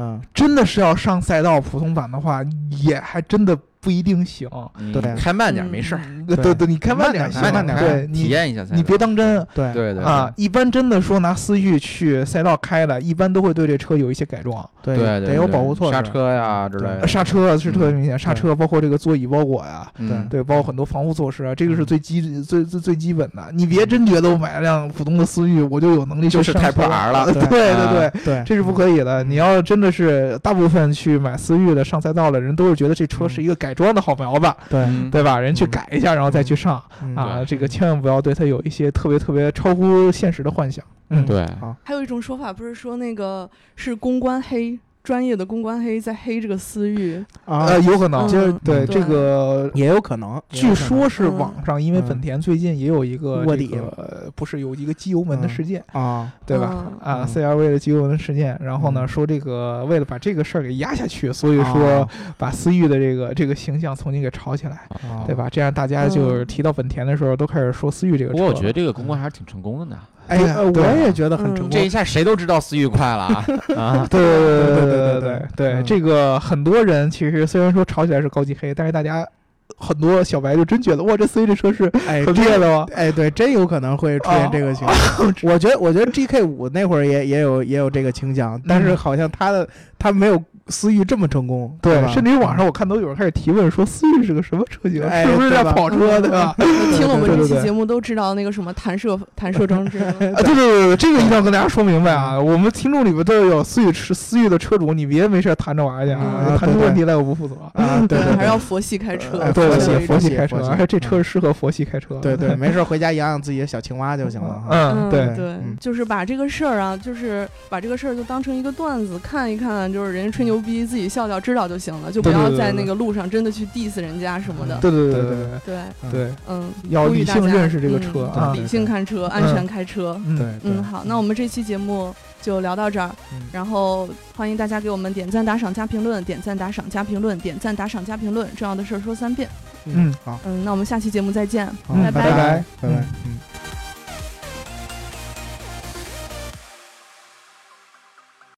[SPEAKER 2] 嗯，
[SPEAKER 3] 真的是要上赛道普通版的话，也还真的不一定行。
[SPEAKER 5] 嗯
[SPEAKER 2] 对
[SPEAKER 5] 开慢点没事儿，
[SPEAKER 3] (laughs) 嗯对对对，你开慢点行，
[SPEAKER 2] 慢点开
[SPEAKER 3] 对
[SPEAKER 5] 体
[SPEAKER 3] 你
[SPEAKER 5] 验一下才
[SPEAKER 3] 你别当真。
[SPEAKER 2] 对
[SPEAKER 5] 对对
[SPEAKER 3] 啊，一般真的说拿思域去赛道开的，一般都会对这车有一些改装。
[SPEAKER 2] 对
[SPEAKER 5] 对对
[SPEAKER 2] 得有保护措施。嗯
[SPEAKER 5] 刹车呀之类
[SPEAKER 2] 对 (laughs)
[SPEAKER 5] 的，
[SPEAKER 3] 刹车是特别明显，刹车包括这个座椅包裹呀，
[SPEAKER 5] 嗯
[SPEAKER 3] 对，包括很多防护措施啊，这个是最基最最最基本的。你别真觉得我买了辆普通的思域，我就有能力
[SPEAKER 5] 就是
[SPEAKER 3] 上
[SPEAKER 5] Type
[SPEAKER 3] 车
[SPEAKER 5] R 了
[SPEAKER 3] (laughs) 对
[SPEAKER 5] 啊
[SPEAKER 3] 对对，
[SPEAKER 2] 对，
[SPEAKER 3] 这是不可以的。你要真的是大部分去买思域的上赛道的人，都是觉得这车是一个改装的好苗子，
[SPEAKER 2] 对
[SPEAKER 5] 嗯
[SPEAKER 3] 对吧？人去
[SPEAKER 2] 嗯
[SPEAKER 3] 改一下，然后再去上
[SPEAKER 2] 嗯
[SPEAKER 3] 啊。
[SPEAKER 5] 对
[SPEAKER 3] 这个千万不要对它有一些特别特别超乎现实的幻想。嗯，
[SPEAKER 5] 对
[SPEAKER 1] 还有一种说法不是说那个是公关黑，专业的公关黑在黑这个私域，
[SPEAKER 2] 啊
[SPEAKER 3] 呃，，有可能
[SPEAKER 1] 嗯，
[SPEAKER 3] 就是
[SPEAKER 1] 嗯
[SPEAKER 3] 对
[SPEAKER 1] 对
[SPEAKER 3] 这个
[SPEAKER 2] 也有可能。
[SPEAKER 3] 据说是
[SPEAKER 1] 嗯
[SPEAKER 3] 网上，因为本
[SPEAKER 2] 嗯
[SPEAKER 3] 田最近也有一个
[SPEAKER 2] 卧
[SPEAKER 3] 这
[SPEAKER 2] 底
[SPEAKER 3] 个呃不是有一个机油门的
[SPEAKER 2] 嗯
[SPEAKER 3] 事件，
[SPEAKER 2] 啊，
[SPEAKER 3] 对吧？
[SPEAKER 1] 嗯
[SPEAKER 2] 嗯
[SPEAKER 3] 啊，CRV 的机油门事件，然后呢，
[SPEAKER 2] 嗯
[SPEAKER 3] 说这个为了把这个事儿给压下去，所以说
[SPEAKER 2] 啊
[SPEAKER 3] 把思域的这个这个形象重新给炒起来，
[SPEAKER 2] 啊
[SPEAKER 3] 对？吧？这样大家就是
[SPEAKER 1] 嗯
[SPEAKER 3] 提到本田的时候，都开始说思域这个
[SPEAKER 5] 不
[SPEAKER 3] 车。
[SPEAKER 5] 过我觉得这个公关还是挺成功的呢，
[SPEAKER 2] 哎，
[SPEAKER 3] 对啊
[SPEAKER 2] 呃
[SPEAKER 3] 对啊
[SPEAKER 2] 我也觉得很成
[SPEAKER 1] 嗯
[SPEAKER 5] 这
[SPEAKER 2] 功
[SPEAKER 5] 一。下谁都知道思域快了啊
[SPEAKER 2] (laughs)
[SPEAKER 5] 啊！
[SPEAKER 3] 对对对对
[SPEAKER 2] 对对对
[SPEAKER 3] 对
[SPEAKER 2] 对
[SPEAKER 3] 这个很多人其实虽然说炒起来是高级黑，但是大家很多小白就真觉得哇，这 C 这哦车是
[SPEAKER 2] 哎，
[SPEAKER 3] 很厉害
[SPEAKER 2] 这
[SPEAKER 3] 的吗？哦
[SPEAKER 2] 哎，对，真有可能会出现这个情况。我觉得，我觉得 G K 五那会儿也也有也有这个倾向，但
[SPEAKER 3] 嗯
[SPEAKER 2] 是好像他的他没有思域这么成功，
[SPEAKER 3] 对，
[SPEAKER 2] 吧？
[SPEAKER 3] 甚至于网上我看都有人开始提问说思域是个什么车型，
[SPEAKER 2] 哎
[SPEAKER 3] 是不是在
[SPEAKER 2] 对吧嗯
[SPEAKER 3] 跑车，对吧？
[SPEAKER 1] 听了我们
[SPEAKER 3] (laughs) 对
[SPEAKER 1] 这
[SPEAKER 3] 对
[SPEAKER 1] 期
[SPEAKER 3] 对
[SPEAKER 1] 节目都知道那个什么弹射弹射装
[SPEAKER 3] (laughs)
[SPEAKER 1] 置了，
[SPEAKER 3] 啊，对对对对，这个一定要跟大家说明白啊！我们听众里边都有思域车思域的车主，你别没事谈这玩意儿去啊，
[SPEAKER 2] 嗯
[SPEAKER 3] 谈出问题来我不负责。
[SPEAKER 2] 啊，对
[SPEAKER 1] 还是
[SPEAKER 2] 对
[SPEAKER 1] 要佛系开车，
[SPEAKER 2] 哎
[SPEAKER 3] 呃对
[SPEAKER 2] 佛
[SPEAKER 3] 对
[SPEAKER 2] 系
[SPEAKER 3] 对，
[SPEAKER 2] 佛
[SPEAKER 3] 佛
[SPEAKER 2] 系
[SPEAKER 3] 系开
[SPEAKER 2] 佛
[SPEAKER 3] 车，
[SPEAKER 2] 系
[SPEAKER 3] 啊而且这车是适合佛系开车的。啊
[SPEAKER 2] 对对，没事儿回家养养自己的小青蛙就行了哈。
[SPEAKER 3] 嗯，对
[SPEAKER 1] 对，
[SPEAKER 2] 嗯
[SPEAKER 1] 就是把这个事儿啊，就是把这个事儿就当成一个段子看一看，就是人家吹牛逼，自己笑笑知道就行了，就不
[SPEAKER 3] 对对
[SPEAKER 1] 要
[SPEAKER 3] 对对
[SPEAKER 1] 在
[SPEAKER 3] 对
[SPEAKER 1] 那个路上真的去 diss 人家什么的。
[SPEAKER 3] 对对
[SPEAKER 2] 对
[SPEAKER 3] 对对
[SPEAKER 2] 对
[SPEAKER 3] 对
[SPEAKER 1] 对，
[SPEAKER 2] 嗯
[SPEAKER 3] 对，
[SPEAKER 1] 嗯，
[SPEAKER 3] 要
[SPEAKER 1] 呼吁
[SPEAKER 3] 哦理
[SPEAKER 1] 大
[SPEAKER 3] 性
[SPEAKER 1] 家
[SPEAKER 3] 认识这个车
[SPEAKER 1] 嗯
[SPEAKER 3] 啊
[SPEAKER 2] 对。
[SPEAKER 1] 理性看车，安全开车。
[SPEAKER 3] 嗯
[SPEAKER 2] 对，对
[SPEAKER 1] 嗯，好，那我们这期节目就聊到这儿
[SPEAKER 2] 嗯，
[SPEAKER 1] 然后欢迎大家给我们点赞、打赏、加评论，点赞、打赏、加评论，点赞、打赏、加评论，重要的事儿说三遍。
[SPEAKER 2] 嗯
[SPEAKER 3] 嗯
[SPEAKER 2] 好，
[SPEAKER 1] 嗯，那我们下期节目再见，
[SPEAKER 2] 好
[SPEAKER 3] 嗯
[SPEAKER 1] 拜
[SPEAKER 2] 拜
[SPEAKER 3] 拜
[SPEAKER 2] 拜拜。
[SPEAKER 3] 嗯
[SPEAKER 2] 嗯